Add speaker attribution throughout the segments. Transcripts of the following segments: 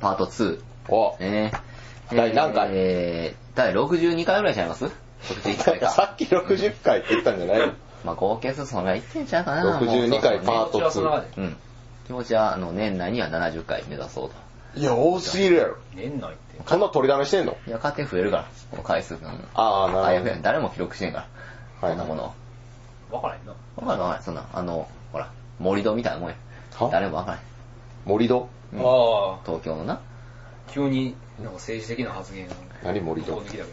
Speaker 1: パート2。
Speaker 2: お、
Speaker 1: ね。
Speaker 2: 第何回
Speaker 1: えー、第62回ぐらいちゃいます ?61
Speaker 2: だ
Speaker 1: 回
Speaker 2: から
Speaker 1: か。
Speaker 2: さっき60回って言ったんじゃないの
Speaker 1: まあ合計数そのぐらいいってんちゃうかな。
Speaker 2: 62
Speaker 1: もう
Speaker 2: 回パート
Speaker 3: こっちはその中で
Speaker 1: 2。うん。気持ちは、あの、年内には70回目指そうと。
Speaker 2: いや、多すぎるやろ。
Speaker 3: 年内って。
Speaker 2: こんな取りだめしてんの
Speaker 1: いや、勝手に増えるから、この回数が。
Speaker 2: あーなるほど
Speaker 1: やべえ誰も記録してんから。
Speaker 2: は
Speaker 1: こ
Speaker 2: い
Speaker 1: んなもの。
Speaker 3: わからへんな。
Speaker 1: わかるわかる、そんな、あの、ほら、森戸みたいなもんや
Speaker 2: は。
Speaker 1: 誰もわからへん。
Speaker 2: 森戸
Speaker 1: うん
Speaker 3: ああ、
Speaker 1: 東京のな、
Speaker 3: 急になんか政治的な発言を。
Speaker 2: 何森戸
Speaker 3: ここできたけど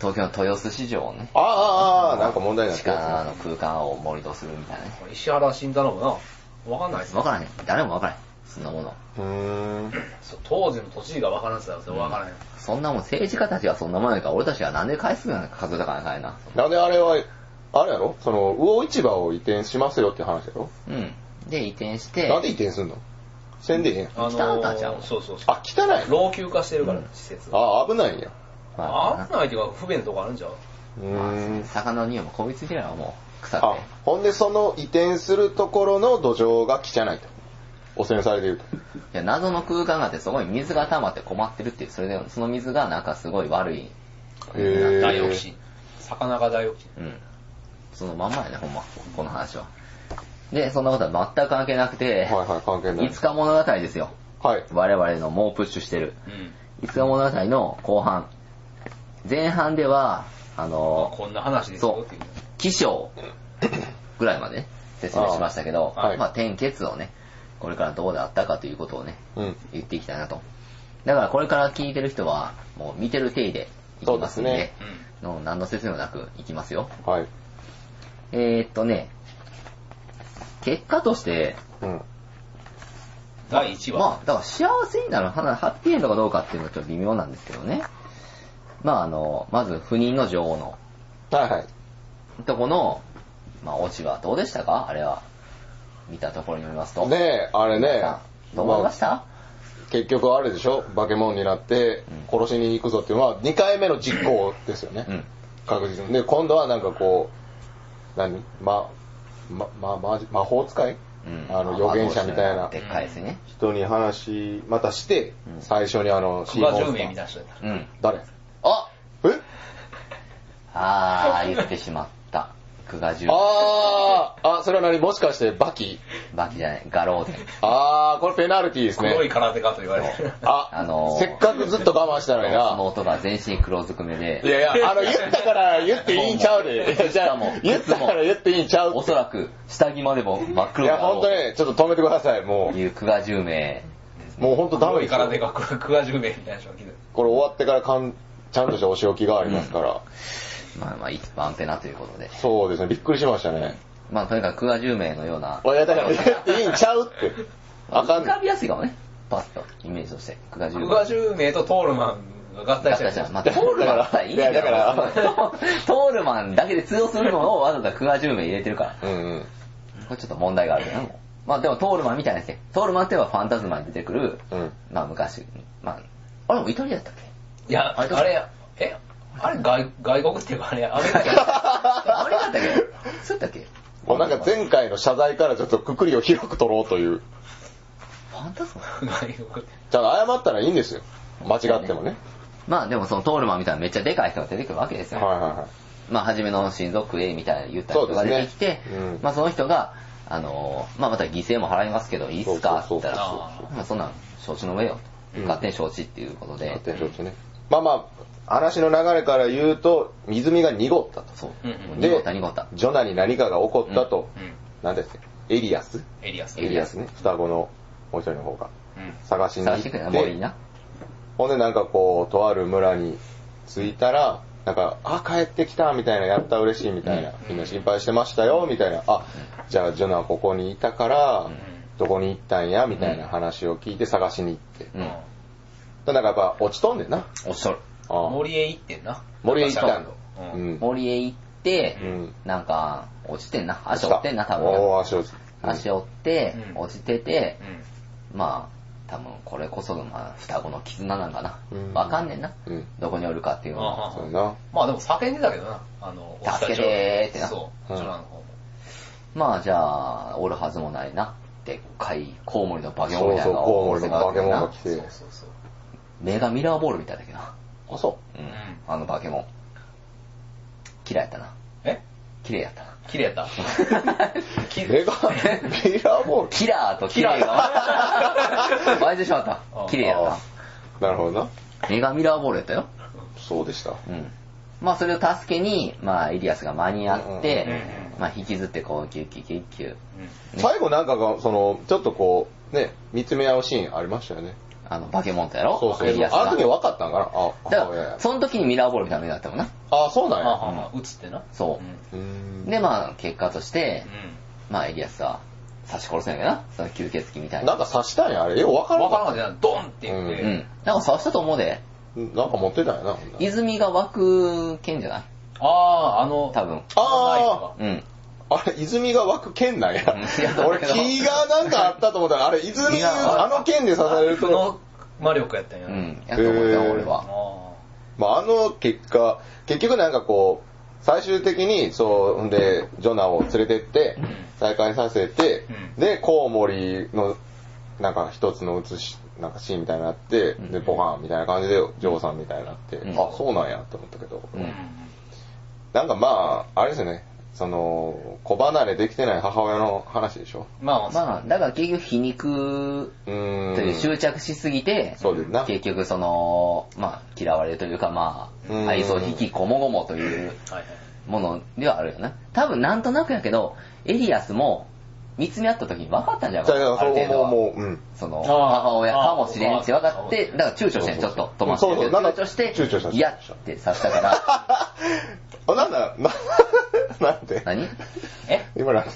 Speaker 1: 東京の豊洲市場をね、
Speaker 2: ああ、ああああ、なんか問題になっ
Speaker 1: 地
Speaker 2: てる
Speaker 1: 下の空間を森戸するみたいなね。
Speaker 3: これ石原慎太郎もな、わかんないですね
Speaker 1: わからへん。誰もわからへん。そんなもの。
Speaker 2: うーん。
Speaker 3: そう当時の都知事がわからんって言ったらわからへん。
Speaker 1: そんなもん、政治家たちはそんなもんやから、俺たちはなんで回数なんか数えたからかいな。
Speaker 2: なんであれは、あれやろその、魚市場を移転しますよって話やろ
Speaker 1: うん。で、移転して、
Speaker 2: なんで移転すんのせんでいいんや。
Speaker 3: あの
Speaker 1: 北畑ちゃん
Speaker 3: ー、そうそうそう。
Speaker 2: あ、汚いの
Speaker 3: 老朽化してるから、施設が。
Speaker 2: ああ、危ないんや。
Speaker 3: あんないっていうか、不便なとこあるんちゃう
Speaker 2: う
Speaker 1: まあ
Speaker 2: ーん。
Speaker 1: 魚の匂いもこびりついてるわ、もう。腐っ
Speaker 2: あ
Speaker 1: て。、
Speaker 2: ほんでその移転するところの土壌が汚いと。汚染されていると。
Speaker 1: いや、謎の空間があって、そこに水が溜まって困ってるっていう、それで、その水がなんかすごい悪い。
Speaker 2: へー
Speaker 3: ダイオキシン。魚がダイオキシン。
Speaker 1: うん。そのまんまやね、ほんま。この話は。で、そんなことは全く関係なくて、
Speaker 2: はいはい、関係ない。
Speaker 1: 5日物語ですよ。
Speaker 2: はい。
Speaker 1: 我々の猛プッシュしてる。
Speaker 3: うん。
Speaker 1: 5日物語の後半。前半では、あ
Speaker 3: まあ
Speaker 1: の、
Speaker 3: こんな話ですよっていう。
Speaker 1: 気象ぐらいまでね、説明しましたけど、
Speaker 2: あーはい
Speaker 1: まあ天結をね、これからどうであったかということをね、
Speaker 2: うん。
Speaker 1: 言っていきたいなと。だからこれから聞いてる人は、もう見てる体でいきますん
Speaker 2: そ
Speaker 1: で、
Speaker 2: うです
Speaker 3: う
Speaker 1: の何の説明もなくいきますよ。
Speaker 2: はい。
Speaker 1: えー、っとね、結果として、
Speaker 2: うん。
Speaker 3: ん。第1話。
Speaker 1: まあ、だから幸せになる花、ハッピーエンドかどうかっていうのはちょっと微妙なんですけどね。まああの、まず不妊の女王の
Speaker 2: はいはい。
Speaker 1: とこの、まあオチはどうでしたかあれは。見たところによりますと。
Speaker 2: ねえ、あれね
Speaker 1: さ、あどう思いました、
Speaker 2: 結局あれでしょ化け物になって殺しに行くぞっていうのは2回目の実行ですよね。
Speaker 1: うん。
Speaker 2: 確実に。で、今度はなんかこう、何ま、ま、ま、ま、魔法使い、
Speaker 1: うん。
Speaker 2: あの預言者みたい
Speaker 1: まあ
Speaker 2: な
Speaker 1: でっかいですね。
Speaker 2: 人に話、またして、
Speaker 1: うん
Speaker 2: 最初にあの、
Speaker 3: 久我
Speaker 2: シーモンス
Speaker 3: 十
Speaker 2: ター
Speaker 3: 名みたいな人やった。
Speaker 1: うん。
Speaker 2: 誰
Speaker 1: あ
Speaker 2: え
Speaker 1: あー、言ってしまった。久我十
Speaker 2: あー、あ、それは何もしかしてバキ
Speaker 1: バキじゃない、ガローデン。
Speaker 2: あー、これペナルティーですね。
Speaker 3: 黒い空手家と言われてる。
Speaker 2: あ、
Speaker 1: あのー
Speaker 2: せっかくずっと我慢したのに
Speaker 1: その
Speaker 2: な。
Speaker 1: 音が全身黒ずくめ
Speaker 2: い
Speaker 1: で、
Speaker 2: やいや、あの、言ったから言っていいんちゃうで。い やじ
Speaker 1: 靴
Speaker 2: ゃ
Speaker 1: も
Speaker 2: あ、言ったから言っていいんちゃう
Speaker 1: おそらく下着までも真っ
Speaker 2: い
Speaker 1: 黒
Speaker 2: や、
Speaker 1: だ
Speaker 2: ほんと
Speaker 1: ろ
Speaker 2: ね、ちょっと止めてください、も
Speaker 1: うという久我十名。
Speaker 2: う。もうほんとダメ
Speaker 3: 黒
Speaker 2: で
Speaker 3: い
Speaker 2: すよ
Speaker 3: 空手家、黒い久我十名みたいな人が来てる。
Speaker 2: これ終わってからかん、ちゃんとしたお仕置きがありますから。
Speaker 1: まあまあ一番手なということで。
Speaker 2: そうですね、びっくりしましたね。
Speaker 1: まあとにかく久我十名のような、
Speaker 2: いや、だから言っていいんちゃうって。あかん
Speaker 1: 浮。かびやすいかもね。パッとイメージとして。久我十
Speaker 3: 久
Speaker 1: 名。
Speaker 3: 我十名とトールマンが合体したやつ
Speaker 1: じゃん。まあ、ト
Speaker 2: だから
Speaker 1: ールマンさえいいんだよ
Speaker 2: いやだから
Speaker 1: トールマンだけで通用するのをわざわざ久我十名入れてるから。
Speaker 2: うんうん。
Speaker 1: これちょっと問題があるけどね。まあでもトールマンみたいなやつね。トールマンっていうのはファンタズマに出てくる、
Speaker 2: うん。
Speaker 1: まあ昔、まあ、あれもイタリアだったっけ
Speaker 3: いや、
Speaker 1: あ
Speaker 3: あ
Speaker 1: れ
Speaker 3: れ
Speaker 1: どう
Speaker 3: え、あれ外外国っていうかあれ、アメリカ
Speaker 1: あれだったっけそうだったっけ
Speaker 2: もうなんか前回の謝罪からちょっとくくりを広く取ろうという。
Speaker 1: ファンタズマ
Speaker 3: 外国って。
Speaker 2: じゃあ謝ったらいいんですよ。間違ってもね。
Speaker 1: まあでもそのトールマンみたいなめっちゃでかい人が出てくるわけです
Speaker 2: は
Speaker 1: よ。
Speaker 2: いはいは
Speaker 1: まあ初めの親族 A みたいな言った人が出てきて、
Speaker 2: そうですねうん
Speaker 1: まあその人が、あのーまあまた犠牲も払いますけど、いいっすかって
Speaker 2: そ
Speaker 1: 言
Speaker 2: う
Speaker 1: ったら、
Speaker 2: そうそう
Speaker 3: そう
Speaker 1: まあそんなん承知の上よ。
Speaker 2: うん
Speaker 1: 勝手に承知っていうこと
Speaker 2: い。
Speaker 1: で
Speaker 2: 発、展承知ね。まあまあ、話の流れから言うと、泉が濁ったと。
Speaker 1: そう。
Speaker 3: うんうん
Speaker 1: もう濁った濁った。
Speaker 2: ジョナに何かが起こったと、
Speaker 3: うん。
Speaker 2: なんですエリアス
Speaker 3: エリアス。
Speaker 1: エ
Speaker 2: エ
Speaker 1: リ
Speaker 2: リ
Speaker 1: ア
Speaker 2: ア
Speaker 1: ス
Speaker 2: スね。双子のもう一人の方が。
Speaker 3: うん。
Speaker 2: 探しに行
Speaker 1: 探
Speaker 2: っ
Speaker 1: して
Speaker 2: て
Speaker 1: くれな、森にな。
Speaker 2: ほんでなんかこう、とある村に着いたら、なんか、あ、帰ってきたみたいな、やった嬉しいみたいな
Speaker 3: う、ん
Speaker 2: みんな心配してましたよみたいな、あ、じゃあジョナはここにいたから、どこに行ったんやみたいな話を聞いて探しに行って。
Speaker 1: うん。
Speaker 2: でなんかやっぱ落ちとんねんな。
Speaker 1: おっしゃる。
Speaker 2: ああ
Speaker 3: 森へ行ってんな。
Speaker 2: 森へ行ったんだ。
Speaker 3: う。
Speaker 2: うんん。
Speaker 1: 森へ行って、
Speaker 2: うん
Speaker 1: なんか、落ちてんな。足折ってんな、多分。
Speaker 2: おー足落ち。
Speaker 1: 足折って、
Speaker 3: うん
Speaker 1: 落ちてて、
Speaker 3: うん。
Speaker 1: まあ、多分これこそがまあ双子の絆なんかな
Speaker 2: うん。
Speaker 1: わかんねんな。
Speaker 2: うん。
Speaker 1: どこにおるかっていうのは。
Speaker 3: あ
Speaker 2: そうやな。
Speaker 3: まあでも叫んでたけどな。あの、
Speaker 1: 助けてーってな
Speaker 3: そう。
Speaker 2: うん
Speaker 3: ジョナの方も。
Speaker 1: まあじゃあ、おるはずもないな。でっかいコウモリの化け物
Speaker 2: そ
Speaker 1: み
Speaker 2: う
Speaker 1: たい
Speaker 2: そ
Speaker 1: な
Speaker 2: う、コウモリの化け物が来
Speaker 1: て。
Speaker 2: て。
Speaker 3: そうそう。
Speaker 1: 目がミラーボールみたいだけどな。
Speaker 2: あ、そ
Speaker 1: うん
Speaker 3: うん。
Speaker 1: あの化け物。嫌いやったな。
Speaker 3: え
Speaker 1: 綺麗やったな。
Speaker 3: 綺麗やった。
Speaker 2: う。目が、ミラーボール。
Speaker 1: キラーと綺麗が。バイてしまった。綺麗やっ
Speaker 2: なるほどな。
Speaker 1: た。目がミラーボールやったよ。
Speaker 2: そうでした。
Speaker 1: うん。まあそれを助けに、まあエリアスが間に合って
Speaker 3: うんうん、
Speaker 1: まあ引きずってこう、キュッキュッキュッキュッ。
Speaker 2: 最後なんかが、その、ちょっとこう、ね、見つめ合うシーンありましたよね。
Speaker 1: あの、化け物とやろ
Speaker 2: そうそう
Speaker 1: エリアス
Speaker 2: あの
Speaker 1: が。
Speaker 2: 時分かったんかなあ、
Speaker 1: だ
Speaker 2: 母
Speaker 1: か
Speaker 2: 親や
Speaker 1: ら、その時にミラーボールみたいな目だったもんな。
Speaker 2: あ、そうなん
Speaker 3: あ
Speaker 2: や。
Speaker 3: あ、映ってな。
Speaker 1: そ
Speaker 3: うん
Speaker 2: うーん。
Speaker 1: で、まあ結果として
Speaker 3: う、ん。
Speaker 1: まあエリアスは刺し殺せないかな。その吸血鬼みたいな。
Speaker 2: なんか刺したんや、あれ。よう分から
Speaker 3: わ
Speaker 2: ん
Speaker 3: からん
Speaker 2: か
Speaker 3: かったな。ドンって言っ
Speaker 1: う
Speaker 3: て。
Speaker 1: ん。なんか刺したと思うで。
Speaker 2: った。なんか持ってたんやな、ほんなら
Speaker 1: 泉が湧く剣じゃない
Speaker 3: ああ、あの、
Speaker 1: 多分。
Speaker 2: あ
Speaker 1: うん。
Speaker 2: あ、あれ、泉が湧く剣なんや
Speaker 1: いや。
Speaker 2: 俺、気がなんかあったと思ったら、あれ、
Speaker 1: い
Speaker 2: 泉、
Speaker 1: や
Speaker 2: あの剣で刺される
Speaker 3: そ
Speaker 2: と
Speaker 3: の、魔力やったんや。
Speaker 1: うん。やと思うよ、
Speaker 2: へー
Speaker 1: 俺
Speaker 3: あ
Speaker 1: は。
Speaker 3: あ。
Speaker 2: まあ、あの結果、結局なんかこう、最終的に、そう、ほんで、ジョナを連れてって、再会させて、
Speaker 3: うん
Speaker 2: で、コウモリの、なんか一つの写し、なんかシーンみたいになって、
Speaker 1: ん
Speaker 2: で、ポカンみたいな感じで、ジョーさんみたいになって、
Speaker 1: うん
Speaker 2: あ、そうなんやと思ったけど、
Speaker 1: うん。
Speaker 2: なんかまあ、あれですよね、その、子離れできてない母親の話でしょ。
Speaker 3: まあまあ、
Speaker 1: まあ、だから結局皮肉と
Speaker 2: うーん。
Speaker 1: いう執着しすぎて、
Speaker 2: そうですな。
Speaker 1: 結局その、まあ、嫌われるというか、ま
Speaker 2: うん
Speaker 1: あ、愛想引きこもごもという
Speaker 3: はいはい。
Speaker 1: ものではあるよな。多分なんとなくやけど、エリアスも見つめ合った時に分かったんじゃ
Speaker 2: だ
Speaker 1: ないか
Speaker 2: か
Speaker 1: な。
Speaker 2: ら
Speaker 1: ある
Speaker 2: そ
Speaker 1: 程度
Speaker 2: こも、
Speaker 1: は。
Speaker 2: もう、うん。
Speaker 1: その、
Speaker 3: あー
Speaker 1: 母親かもしれんって分かって、
Speaker 3: あー
Speaker 1: だから躊躇してん、ちょっと、止まって
Speaker 2: そうそうなんか
Speaker 1: 躊躇して、
Speaker 2: 躊躇した
Speaker 1: いやってさした から、
Speaker 2: あ、なんだ、 な、なんて。
Speaker 1: 何
Speaker 3: え
Speaker 2: 今なんて。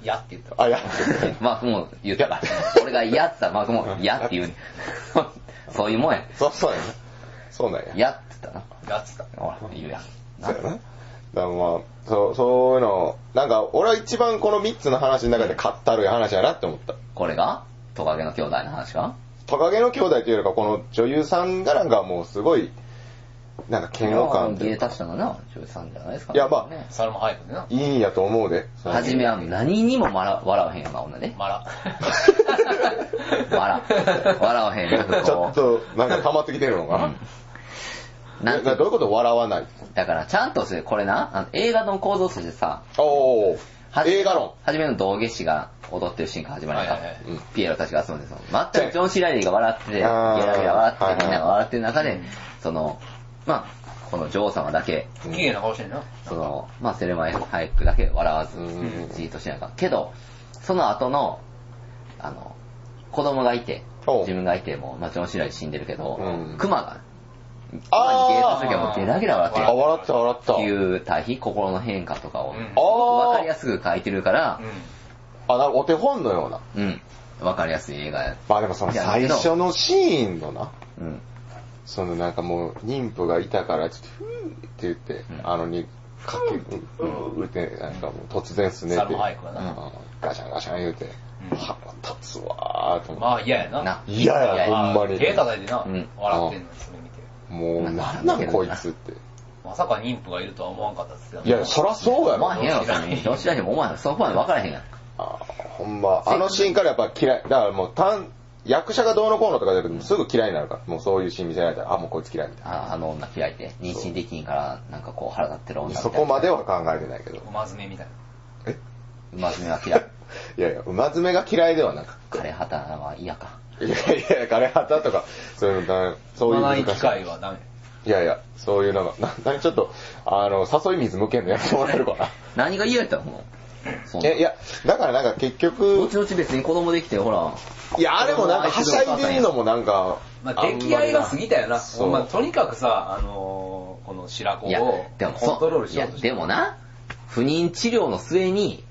Speaker 3: やって言った。
Speaker 2: あ、いや。
Speaker 1: マークも言ったから。俺が嫌って言ったらマークも嫌って言うね。 そういうもんや。
Speaker 2: そう、そうやな。そうなんや。
Speaker 1: 嫌って言ったな。
Speaker 3: やってた。
Speaker 1: ほら、言うやん。
Speaker 2: そうやな。だからまあ、そう、そういうの、なんか、俺は一番この3つの話の中でかったるい話やなって思った。
Speaker 1: これがトカゲの兄弟の話か
Speaker 2: トカゲの兄弟というよりか、この女優さんがなんかもうすごい、なんか嫌悪感と
Speaker 1: ゲ
Speaker 2: い
Speaker 1: ー
Speaker 2: うか
Speaker 1: 達者のな、女優さんじゃないですか、
Speaker 2: いやまあ
Speaker 1: ね
Speaker 3: それも早くでな。
Speaker 2: いいんやと思うで。
Speaker 1: はじめは何にも笑笑わへんやん、女 ね。
Speaker 3: まら。
Speaker 1: 笑。笑わへん。なんか
Speaker 2: ちょ
Speaker 1: こ
Speaker 2: っと、なんか溜まってきてるのか
Speaker 1: う。
Speaker 2: な、
Speaker 1: なん
Speaker 2: いやどういうこと笑わない。
Speaker 1: だから、ちゃんとして、これな、あの映画の構造としてさ、
Speaker 2: おー
Speaker 1: は、じめ
Speaker 2: 映画論。
Speaker 1: はじめの道下師が踊ってるシーンから始まるやんか
Speaker 3: はいはいはい
Speaker 2: うん
Speaker 1: ピエロたちが集まってその全くジョン・シーライリーが笑ってて、ゲラゲラ笑
Speaker 2: あ
Speaker 1: っ
Speaker 2: ー
Speaker 1: てて、みんなが笑ってる中
Speaker 3: は
Speaker 1: で
Speaker 3: いはい、
Speaker 1: その、まあ、この女王様だけ、
Speaker 3: 不機嫌な顔してんな。
Speaker 1: その、まあ、セレマイ・ハイクだけ笑わず
Speaker 2: うん、
Speaker 1: じーっとしながら。けど、その後の、あの、子供がいて、
Speaker 2: おう
Speaker 1: 自分がいて、もう、まあ、ジョン・シーライリー死んでるけど
Speaker 2: うん、
Speaker 1: クマが、クマにゲート
Speaker 2: あ
Speaker 1: する
Speaker 2: ー
Speaker 1: 時はもうゲラゲラ笑ってる
Speaker 2: あ、笑った笑
Speaker 1: っ
Speaker 2: っ
Speaker 1: てい
Speaker 2: た。
Speaker 1: う対比、心の変化とかを、
Speaker 3: うん
Speaker 1: わ
Speaker 2: あ
Speaker 1: かりやすく書いてるから、
Speaker 3: う
Speaker 2: ーあ、なんかお手本のような。
Speaker 1: うん、わかりやすい映画や。
Speaker 2: まあでもその最初のシーンのな。
Speaker 1: うん。
Speaker 2: そのなんかもう、妊婦がいたから、ちょっと、ふーって言って、
Speaker 1: うん
Speaker 2: あのに、かけ、うーって、なんかもう突然す
Speaker 3: ん。
Speaker 2: ね
Speaker 3: サ
Speaker 2: て
Speaker 3: ル、も早くは
Speaker 1: う
Speaker 3: な。
Speaker 2: うんガシャンガシャン言うて、
Speaker 3: うん
Speaker 2: 腹立つわーと思っ
Speaker 3: まあ嫌やな。
Speaker 1: な
Speaker 2: て。嫌や、
Speaker 1: いや
Speaker 2: ほんまに。
Speaker 3: 手叩いてな、
Speaker 1: うん
Speaker 3: 笑ってんのにそれ見て。
Speaker 2: もう、なんなんこいつって。
Speaker 3: まさか妊婦がいるとは思わんかったっすよ。
Speaker 2: いや、そらそうや
Speaker 1: 思
Speaker 2: ろ
Speaker 1: わ。へんやろ、そんなに。どちらにも思わへん。そこまで分からへんやん。
Speaker 2: あーほんま、あのシーンからやっぱ嫌い。だからもう、単、役者がどうのこうのとかじゃなくて、すぐ嫌いになるから。もうそういうシーン見せられたら、あ、もうこいつ嫌いみたい
Speaker 1: ああの女嫌いで、妊娠できんから、なんかこう腹立ってる女み
Speaker 2: な。
Speaker 1: たいな。
Speaker 2: そこまでは考えてないけど。
Speaker 3: 馬詰めみたいな。
Speaker 1: 馬爪は嫌い。
Speaker 2: いやいや、 馬詰めが嫌いではなく
Speaker 1: 枯れ旗は嫌か。
Speaker 2: いやいや、枯れ旗とか、そういうのだ、そういう
Speaker 3: ま
Speaker 2: 難
Speaker 3: ない機
Speaker 2: し
Speaker 3: 会はダメ。
Speaker 2: い。いやいや、そういうのが、 な、なにちょっと、あの、誘い水向けんのやめてもらえるかな。
Speaker 1: 何が嫌やったのもう。そんな
Speaker 2: え、いや、だからなんか結局
Speaker 1: 後、々別に子供できて、ほら。
Speaker 2: いや、あれもなんかはしゃいでんのもなんか、
Speaker 3: まあ、出来合いが過ぎたよな。
Speaker 2: そう
Speaker 3: まあ、とにかくさ、あのー、この白子
Speaker 1: いや
Speaker 3: を、
Speaker 1: でも
Speaker 3: コントロール
Speaker 1: そ、い
Speaker 3: しよ
Speaker 1: や、
Speaker 3: うとして
Speaker 1: でもな、不妊治療の末に、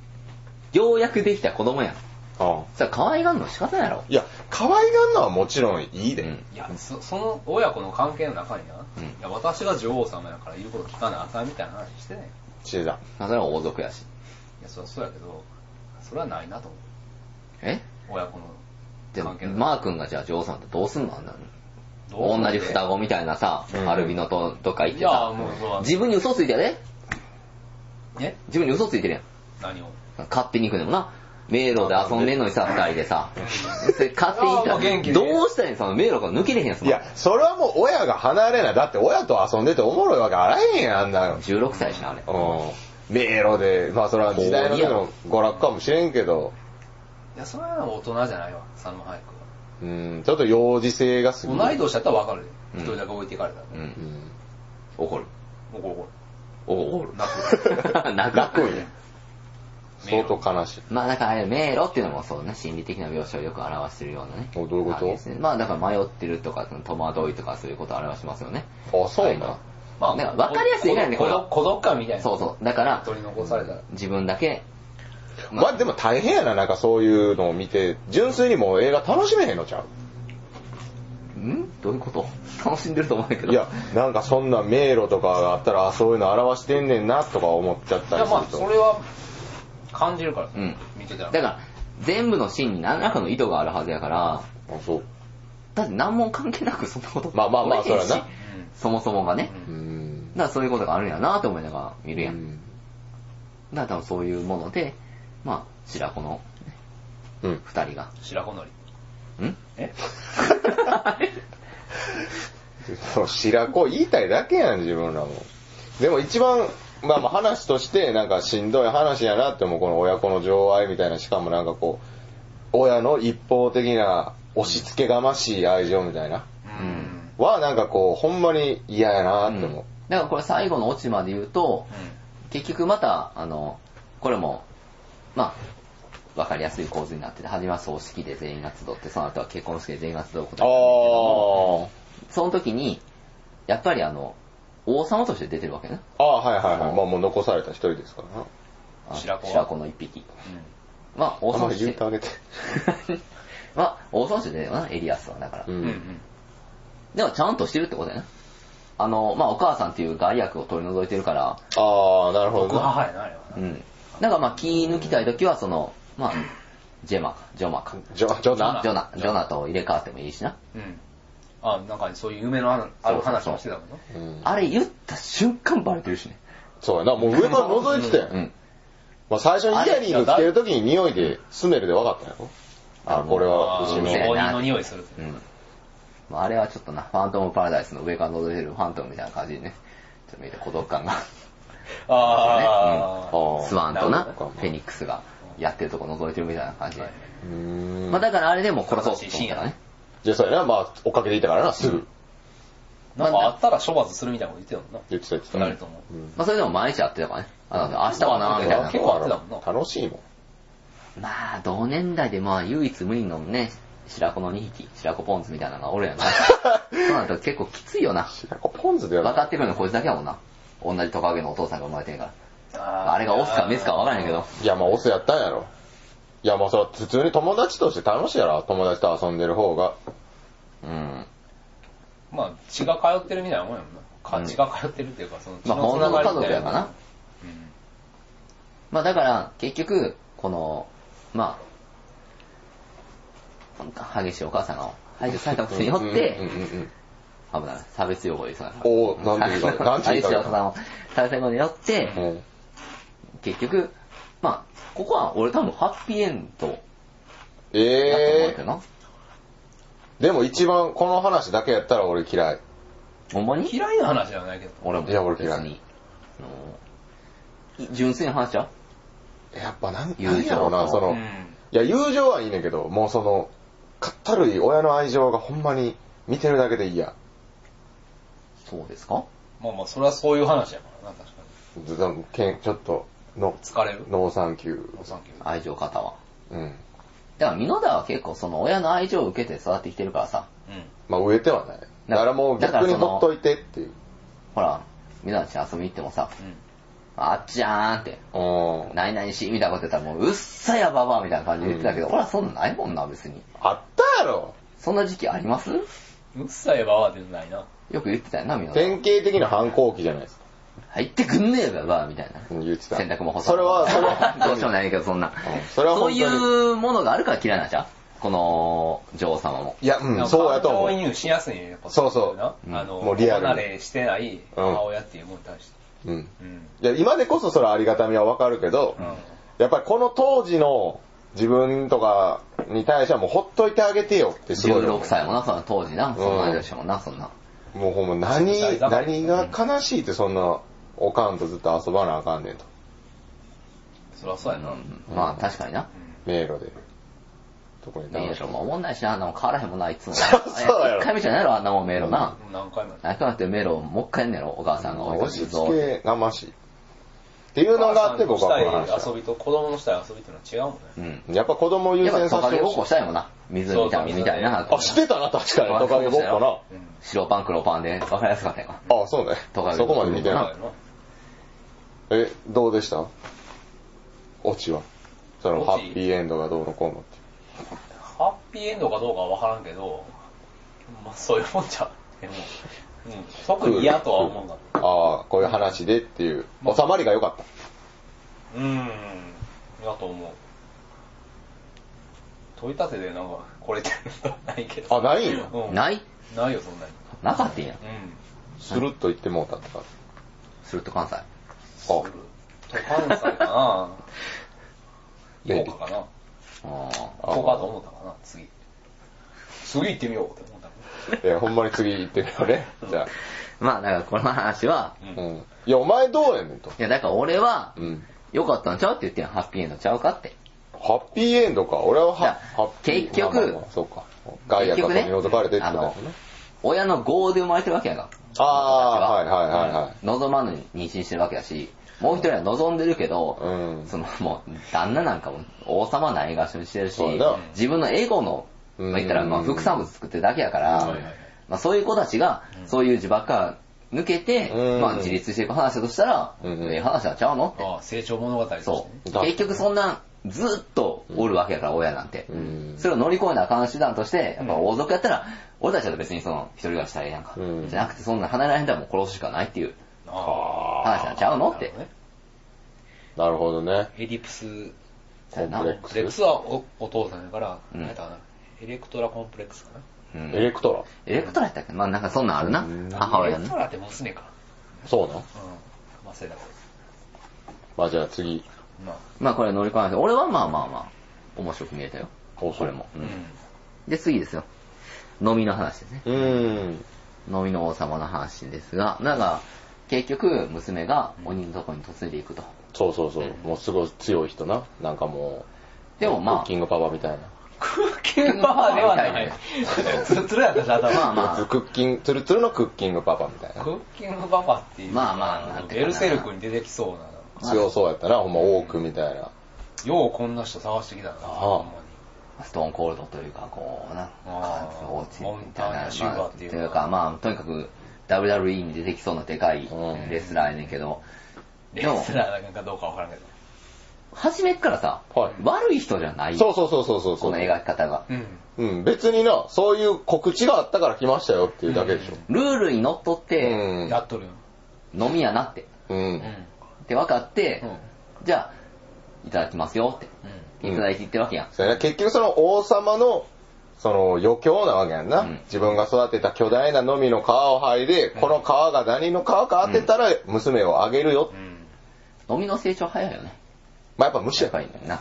Speaker 1: ようやくできた子供やん。
Speaker 2: あんまりなうん
Speaker 1: それ可愛がんの仕方やろ。
Speaker 2: いや、可愛がんのはもちろんいいうで。
Speaker 1: ん。
Speaker 3: いやそ、その親子の関係の中にな、
Speaker 1: うん
Speaker 3: いや、私が女王様やから言うこと聞かなあかんみたいな話してない。い
Speaker 2: してた。
Speaker 1: まあそれは王族やし。
Speaker 3: や、そりゃそうやけど、それはないなと思う。
Speaker 1: え
Speaker 3: 親子の
Speaker 1: でも
Speaker 3: 関係、の
Speaker 1: マー君がじゃあ女王さんってどうすんのあんなの
Speaker 3: どう思
Speaker 1: 同
Speaker 3: って
Speaker 1: じ双子みたいなさ
Speaker 2: う、ん
Speaker 1: アルビノとどっか行って
Speaker 3: いや、
Speaker 1: さ、
Speaker 3: もうそうだ
Speaker 1: 自分に嘘ついてやで
Speaker 3: え
Speaker 1: 自分に嘘ついてるやん。
Speaker 3: 何を
Speaker 1: 勝手に行くんでもな。迷路で遊んでんのにさ、二人でさ。それ勝手に行った
Speaker 3: あーまあ元気
Speaker 1: ら、
Speaker 3: で
Speaker 1: どうしたらいいんその迷路から抜けれへんやん、そ
Speaker 2: い
Speaker 1: の
Speaker 2: や、それはもう親が離れない。だって親と遊んでておもろいわけあらへんやん、あんなの。
Speaker 1: 16歳じゃん、あれ。
Speaker 2: うん。迷路で、まあそれは時代の時の娯楽かもしれんけど、
Speaker 3: いや、それは大人じゃないわ、佐野隼
Speaker 2: うん、ちょっと幼児性がすぎ
Speaker 3: 君
Speaker 2: る。
Speaker 3: は。同い年だったらわかるで。
Speaker 1: うん
Speaker 3: 一人だけ置いていかれたら。
Speaker 1: う。
Speaker 2: うんん。
Speaker 1: 怒る。
Speaker 3: もうこうこ
Speaker 1: 怒る。
Speaker 3: 泣
Speaker 1: 泣く。
Speaker 2: 泣く んや。相当悲しい。
Speaker 1: まあだからあれ迷路っていうのもそうね、心理的な描写をよく表してるようなね。
Speaker 2: おどういうこと
Speaker 1: 感じですね、まあだから迷ってるとか、その戸惑いとかそういうことを表しますよね。
Speaker 2: あ、そう
Speaker 1: は。
Speaker 2: ない
Speaker 1: なんか分かりやすいからね
Speaker 3: 孤
Speaker 1: これは
Speaker 3: 独孤独感みたいな。
Speaker 1: そうそう。だから、
Speaker 3: 取り残されたら。
Speaker 1: 自分だけ、まあ
Speaker 2: まあでも大変やな、なんかそういうのを見て、純粋にもう映画楽しめへんのちゃ
Speaker 1: んどういうこと 楽しんでると思うんやけ
Speaker 2: う
Speaker 1: ど。
Speaker 2: いや、なんかそんな迷路とかがあったら、あそういうの表してんねんな、とか思っちゃっ
Speaker 3: い
Speaker 2: た
Speaker 3: や、
Speaker 2: りす
Speaker 3: ま
Speaker 2: る
Speaker 3: あ、
Speaker 2: と。
Speaker 3: それは、感じるから、
Speaker 1: うん
Speaker 3: 見てた
Speaker 1: だ
Speaker 3: ら。
Speaker 1: から、全部のシーンに何らかの意図があるはずやから、
Speaker 2: あ、そう。
Speaker 1: だって何も関係なくそんなこと
Speaker 2: まあまあまあ
Speaker 1: 起これへんし
Speaker 2: そらな
Speaker 3: うん
Speaker 1: そもそもがね。
Speaker 2: うーん。
Speaker 1: だからそういうことがあるんやなと思いながら見るやん。
Speaker 2: うん
Speaker 1: だから多分そういうもので、まあ、白子の
Speaker 2: うん。
Speaker 1: 二人が、
Speaker 3: 白子のり。
Speaker 1: ん
Speaker 3: え
Speaker 2: そう白子言いたいだけやん、自分らも。でも一番、まあまあ話として、なんかしんどい話やなって思う、この親子の情愛みたいな、しかもなんかこう、親の一方的な押し付けがましい愛情みたいな、
Speaker 3: うん。
Speaker 2: はなんかこう、ほんまに嫌やなって思う。
Speaker 1: だからこれ最後のオチまで言うと、結局また、あの、これも、まあ、わかりやすい構図になってて、初めは葬式で全員が集って、その後は結婚式で全員が集うことになるんだけども、その時に、やっぱりあの、王様として出てるわけね。
Speaker 2: ああ、ああ、はいはいはい。まあもう残された一人ですからな。
Speaker 1: あの
Speaker 3: 白子は
Speaker 1: 白子の一匹。
Speaker 3: う。
Speaker 1: まあ、王
Speaker 2: あん
Speaker 1: 様
Speaker 2: ま
Speaker 1: と
Speaker 2: り
Speaker 1: し
Speaker 2: 言ってて。あげて。
Speaker 1: まあ、王様として出てるよな、エリアスは。だから。
Speaker 2: うん。
Speaker 3: うん。うんん。
Speaker 1: でもちゃんとしてるってことやな。あの、まあ、お母さんっていう害悪を取り除いてるから、
Speaker 2: ああ、なるほ
Speaker 3: 僕
Speaker 2: どね。
Speaker 3: 母やな、あれはな。
Speaker 1: うん。だからまあ、気抜きたいときは、その、まあ、ジェマか、ジョマか。
Speaker 2: ジョ、ジョナ
Speaker 1: ジョナ、ジョナと入れ替わってもいいしな。
Speaker 3: うん。あ、なんかそういう夢のあるある話もしてたもんな。
Speaker 2: うん。
Speaker 1: あれ言った瞬間バレてるしね。
Speaker 2: そうやな、もう上から覗いてたやん
Speaker 1: う。ん。
Speaker 2: まあ、最初にイヤリングつけるときに匂いで、スメルで分かったんやろあ、これは
Speaker 3: あ
Speaker 2: 牛
Speaker 3: ー
Speaker 2: の。
Speaker 1: そう
Speaker 3: 鬼
Speaker 1: やな
Speaker 3: の匂いする。
Speaker 1: うん。まあ、あれはちょっとな、ファントムパラダイスの上から覗いてるファントムみたいな感じでね、ちょっと見て孤独感が、
Speaker 3: ああ。
Speaker 2: あー
Speaker 1: スワンと
Speaker 2: な
Speaker 1: な、
Speaker 2: る
Speaker 1: フ
Speaker 2: ほど
Speaker 1: ェニックスがやってるとこ覗いてるみたいな感じで。
Speaker 2: うーん
Speaker 1: まあ、だからあれでも殺そうと思ったらね。
Speaker 2: じゃあそうやな、まあ、追っかけていったからな、すぐ。
Speaker 3: なんかあったら処罰するみたいなこと言ってたもん
Speaker 2: 言ってた言ってた。
Speaker 3: な。二人とも。
Speaker 2: うん
Speaker 1: まあ、それでも毎日やってたからね。あの、明日はな、みたいな。
Speaker 3: 結構あってたもんな
Speaker 2: 楽しいもん。
Speaker 1: まあ、同年代でまあ、唯一無二のね、白子の2匹、白子ポンズみたいなのがおるや んな。そうなると結構きついよな。
Speaker 2: なんかポン酢でや
Speaker 1: 分
Speaker 2: る
Speaker 1: かってくるのこいつだけやもんな。同じトカゲのお父さんが生まれてんから。
Speaker 3: あ
Speaker 1: あれがオスかメスか分からへんけど。
Speaker 2: いや、まあ、オスやったんやろ。いや、まあ、それは普通に友達として楽しいやろ、友達と遊んでる方が。
Speaker 1: うん。
Speaker 3: まあ、血が通ってるみたいなもんやもんな
Speaker 1: うん
Speaker 3: か。血が通ってるっていうか、その血
Speaker 1: まあ、本当の
Speaker 3: がり
Speaker 1: 家族やからな。
Speaker 3: うん
Speaker 1: まあ、だから、結局、この、まあ、なんか激しいお母さんが排除されたことによっ
Speaker 2: うん
Speaker 1: て、
Speaker 2: うんうんうん。
Speaker 1: 危ない。差別用語ですから。
Speaker 2: おーなんて 言うかなんて言うか
Speaker 1: 排除されたされたことによって、
Speaker 2: うん
Speaker 1: 結局、まあ、ここは俺多分ハッピーエンドだと思う
Speaker 2: え
Speaker 1: けど
Speaker 2: え
Speaker 1: な。
Speaker 2: でも一番この話だけやったら俺嫌い。
Speaker 1: ほんまに
Speaker 3: 嫌いな話じゃないけど。
Speaker 1: 俺も。
Speaker 2: いや俺嫌い
Speaker 1: 別に。あの純粋な話ちゃう
Speaker 2: やっぱなん、
Speaker 1: 友情
Speaker 2: なんやろうな、その、
Speaker 3: うん
Speaker 2: いや、友情はいいねんけど、もうその、かったるい親の愛情がほんまに見てるだけで嫌。
Speaker 1: そうですか
Speaker 3: まあまあ、それはそういう話やからな、確か
Speaker 2: ずけんちょっと、の、
Speaker 3: に。疲れる
Speaker 2: ノーサンキュ
Speaker 3: お
Speaker 2: ー。
Speaker 3: 産休
Speaker 1: 愛情方は。
Speaker 2: うん。
Speaker 1: だから、美濃田は結構その親の愛情を受けて育ってきてるからさ、
Speaker 3: う
Speaker 2: まあ、植えてはない。だからもう
Speaker 1: だから
Speaker 2: 逆に
Speaker 1: その
Speaker 2: ほっといてっていう。
Speaker 1: ほら、美濃田の家遊びに行ってもさ、
Speaker 3: ん。うん。
Speaker 1: あっちゃーんって、
Speaker 2: うん。
Speaker 1: 何々し、みたいなこと言ったらもう、うっさやばばみたいな感じで言ってたけど、俺はそんなんないもんな、別に。
Speaker 2: あったやろ
Speaker 1: そんな時期あります
Speaker 3: うっさいばばでないな。
Speaker 1: よく言ってたよな、美濃田。
Speaker 2: 典型的な反抗期じゃないですか。
Speaker 1: 入ってくんねえばばみたいな。
Speaker 2: うん言ってた。
Speaker 1: 洗濯も干さ、
Speaker 2: それは、それは
Speaker 1: どうしようもないけど、そんな。
Speaker 2: それは
Speaker 1: そ
Speaker 2: 本
Speaker 1: う
Speaker 2: 当に
Speaker 1: いうものがあるから嫌いなんちゃうこの女王様も。
Speaker 2: いや、うん、そうやと思
Speaker 3: 感情移
Speaker 2: う。
Speaker 3: 入しやすいね、やっぱ。
Speaker 2: そうそう
Speaker 3: な
Speaker 1: うん
Speaker 3: あの、
Speaker 2: もうリアルに
Speaker 3: 離れしてない母親っていうものに対して。
Speaker 2: うん。
Speaker 3: うん。
Speaker 2: いや、今でこそそれはありがたみはわかるけど、
Speaker 3: うん
Speaker 2: やっぱりこの当時の自分とかに対してはもうほっといてあげてよってすごい思う。
Speaker 1: 16歳もな、そんな当時な、そんなでしょもな、そんな。
Speaker 2: もうほんま何
Speaker 3: 16歳、だから
Speaker 2: 何が悲しいってそんな、おかんとずっと遊ばなあかんねんと。
Speaker 3: そりゃそうやな。
Speaker 1: まあ確かにな。
Speaker 2: 迷路で。とこに
Speaker 1: 迷
Speaker 2: 楽し
Speaker 1: 路
Speaker 2: む
Speaker 1: もおもんないしな、あんなもん変わらへんもんな、いつもな。
Speaker 2: そうそうやろ
Speaker 1: 一回目じゃないやろ、あんなもん迷路な。
Speaker 3: もう何回もやった
Speaker 1: なくなって迷路もう一回やんねやろ、お母さんが追い
Speaker 2: 押
Speaker 1: かけ
Speaker 2: して付
Speaker 1: ぞ。
Speaker 2: けがましい。っていうのがあって僕はこの
Speaker 3: お母
Speaker 2: 話
Speaker 3: さんのした
Speaker 2: し
Speaker 3: い遊びと子供のしたい遊びっていうのは違うもんね。
Speaker 1: うん。
Speaker 2: た。やっぱ子供を優
Speaker 1: やっぱ
Speaker 2: 先
Speaker 1: ト
Speaker 2: さ
Speaker 1: カ
Speaker 2: せ
Speaker 1: ゲ
Speaker 2: て
Speaker 1: ごっ
Speaker 2: ほ
Speaker 1: こ
Speaker 2: し
Speaker 1: し
Speaker 2: い。
Speaker 1: たいもんな。水みたいな、みたいな。
Speaker 2: あ、してたな、確かに。トカゲごっこな。
Speaker 3: うん。
Speaker 1: 白パン黒パンで分かりやすかったよ。
Speaker 2: あ、そうね
Speaker 1: トカ。ゲ
Speaker 2: そこまで見て
Speaker 1: うん
Speaker 3: そう
Speaker 2: な
Speaker 3: や
Speaker 2: い。
Speaker 3: な。
Speaker 2: え、どうでしたオチは。その、
Speaker 3: オチ
Speaker 2: ハッピーエンドがどうのこうのって。
Speaker 3: ハッピーエンドかどうかは分からんけど、まあそういうもんじゃ。でも、うん、特に嫌とは思うんだ。
Speaker 2: ああ、こういう話でっていう。収まりが良かった。
Speaker 3: うん、だと思う。問い立てでなんか、これってことはないけど。
Speaker 2: あないんや
Speaker 3: うん、
Speaker 1: ないい
Speaker 3: ないよ、そんなに。
Speaker 1: なかったんや。
Speaker 3: うん。
Speaker 2: スルッと言ってもうたとか。
Speaker 1: スルッと関西。
Speaker 2: あ、
Speaker 3: 都関 西かな
Speaker 2: 便利
Speaker 3: 福岡かな
Speaker 1: あー
Speaker 2: あ
Speaker 3: 福岡と思ったかな次。次行ってみようって思った
Speaker 2: えほんまに次行ってみようね。じゃあ。
Speaker 1: まあ、だからこの話は、
Speaker 2: う。ん。いや、お前どうやねんと。
Speaker 1: いや、だから俺は
Speaker 2: う、ん。
Speaker 1: 良かったんちゃうって言ってんハッピーエンドちゃうかって。
Speaker 2: ハッピーエンドか。俺はハ
Speaker 1: いや
Speaker 2: ハッピー
Speaker 1: 結局
Speaker 2: まあまあまあそうか。ガイアから取り除かれてってことだ
Speaker 1: 結
Speaker 2: よ
Speaker 1: 局
Speaker 2: ね
Speaker 1: ね。親の業で生まれてるわけやが。
Speaker 2: ああー、はいはいはいはい。
Speaker 1: 望まぬに妊娠してるわけだし、もう一人は望んでるけど、
Speaker 2: うん
Speaker 1: そのもう、旦那なんかも王様な映画にしてるし
Speaker 2: そうだな、
Speaker 1: 自分のエゴの、
Speaker 2: うん
Speaker 1: まあ言ったらまあ副産物作ってるだけやから、
Speaker 3: はいはいはい
Speaker 1: まあそういう子たちが、そういう自ばっか抜けて、
Speaker 2: うん
Speaker 1: まあ自立していく話だとしたら、
Speaker 2: うんうん
Speaker 1: ええ話はちゃうのって。
Speaker 3: ああ、成長物語としてね
Speaker 1: そう。
Speaker 2: だ
Speaker 1: 結局そんな、ずっとおるわけやから、親なんて
Speaker 2: うん。
Speaker 1: それを乗り越えなあかん手段として、やっぱ王族やったら、俺たちだと別にその、一人暮らししたらええやんか
Speaker 2: うん。
Speaker 1: じゃなくて、そんな離れられんだらもう殺すしかないっていう
Speaker 3: あ
Speaker 1: 話なんちゃうのって
Speaker 3: なるほど。ね
Speaker 2: なるほどね。
Speaker 3: エリプス、
Speaker 1: そうやな
Speaker 2: コンプレック
Speaker 3: コンプレックスはおお父さんやから、
Speaker 1: うん
Speaker 3: なんやったかな。エレクトラコンプレックスかな。
Speaker 1: う
Speaker 2: エ
Speaker 1: ん
Speaker 2: レクト
Speaker 1: エレクトラやったっけまあなんかそんなんあるな
Speaker 2: うん。
Speaker 1: 母
Speaker 3: エ
Speaker 1: 親
Speaker 3: レ
Speaker 1: の
Speaker 3: ク
Speaker 1: ね
Speaker 3: ト。ラって娘か。
Speaker 2: ラ。そうなん。
Speaker 3: うん。まあ、せだけど。
Speaker 2: まあじゃあ次。
Speaker 3: まあ、
Speaker 1: まあこれ乗り越えなくて、俺はまあまあまあ、面白く見えたよ。
Speaker 2: お
Speaker 1: これも。
Speaker 3: う。
Speaker 1: うんんで、次ですよ。飲みの話ですね。
Speaker 2: うーん。
Speaker 1: 飲みの王様の話ですが、なんか、結局、娘が鬼のとこに嫁いでいくと。
Speaker 2: そうそうそう。もうすごい強い人な。なんかもう。
Speaker 1: でもまあ
Speaker 2: クッキングパパみたいな。
Speaker 3: 空気バーで はない。 ツルツルやったし、頭。
Speaker 1: まあまあ
Speaker 2: クッキング、ツルツルのクッキングパパみたいな
Speaker 3: ク。ッキングパパっていう。
Speaker 1: まあまあなんていうかな
Speaker 3: ベルセルクに出てきそうな。
Speaker 2: 強そうやったな。ほんま多くみたいな。
Speaker 3: ようこんな人探してきたな、ほんまに。
Speaker 1: ストーンコールドというか、こう、なん
Speaker 3: あ
Speaker 1: か
Speaker 3: ー、
Speaker 1: おうちみたい
Speaker 3: モンターニ
Speaker 1: な
Speaker 3: ャ、シューバー
Speaker 1: まあ、
Speaker 3: って
Speaker 1: と
Speaker 3: い
Speaker 1: いううか、まあ、とにかく、WWE に出てきそうなでかい
Speaker 2: うん
Speaker 1: レスラーやねんけど、
Speaker 3: レ
Speaker 1: でも
Speaker 3: スラーなんかどうかわからんけど。
Speaker 1: 初めっからさ、
Speaker 2: はい
Speaker 1: 悪い人じゃない
Speaker 2: そう
Speaker 1: よ、
Speaker 2: そうそうそうそう。
Speaker 1: この描き方が。
Speaker 3: うん。
Speaker 2: うん、別にな、そういう告知があったから来ましたよっていうだけでしょ。
Speaker 1: ルールにのっとっ
Speaker 2: う
Speaker 1: て、
Speaker 2: ん。
Speaker 3: やっとるよ。
Speaker 1: 飲みやなって、
Speaker 2: うん。
Speaker 3: うん。
Speaker 1: って分かって
Speaker 3: うん、
Speaker 1: じゃあ、いただきますよって、
Speaker 2: うん
Speaker 1: いただいていってるわけやん。
Speaker 2: そうやな結局その王様の、その余興なわけやんな、
Speaker 1: うん
Speaker 2: 自分が育てた巨大なのみの皮を剥いで、この皮が何の皮か当てたら娘をあげるよ。
Speaker 3: うん。
Speaker 1: 飲みの成長早いよね。
Speaker 2: まあやっぱ無視
Speaker 1: や
Speaker 2: や
Speaker 1: っぱ
Speaker 2: から。
Speaker 1: りな。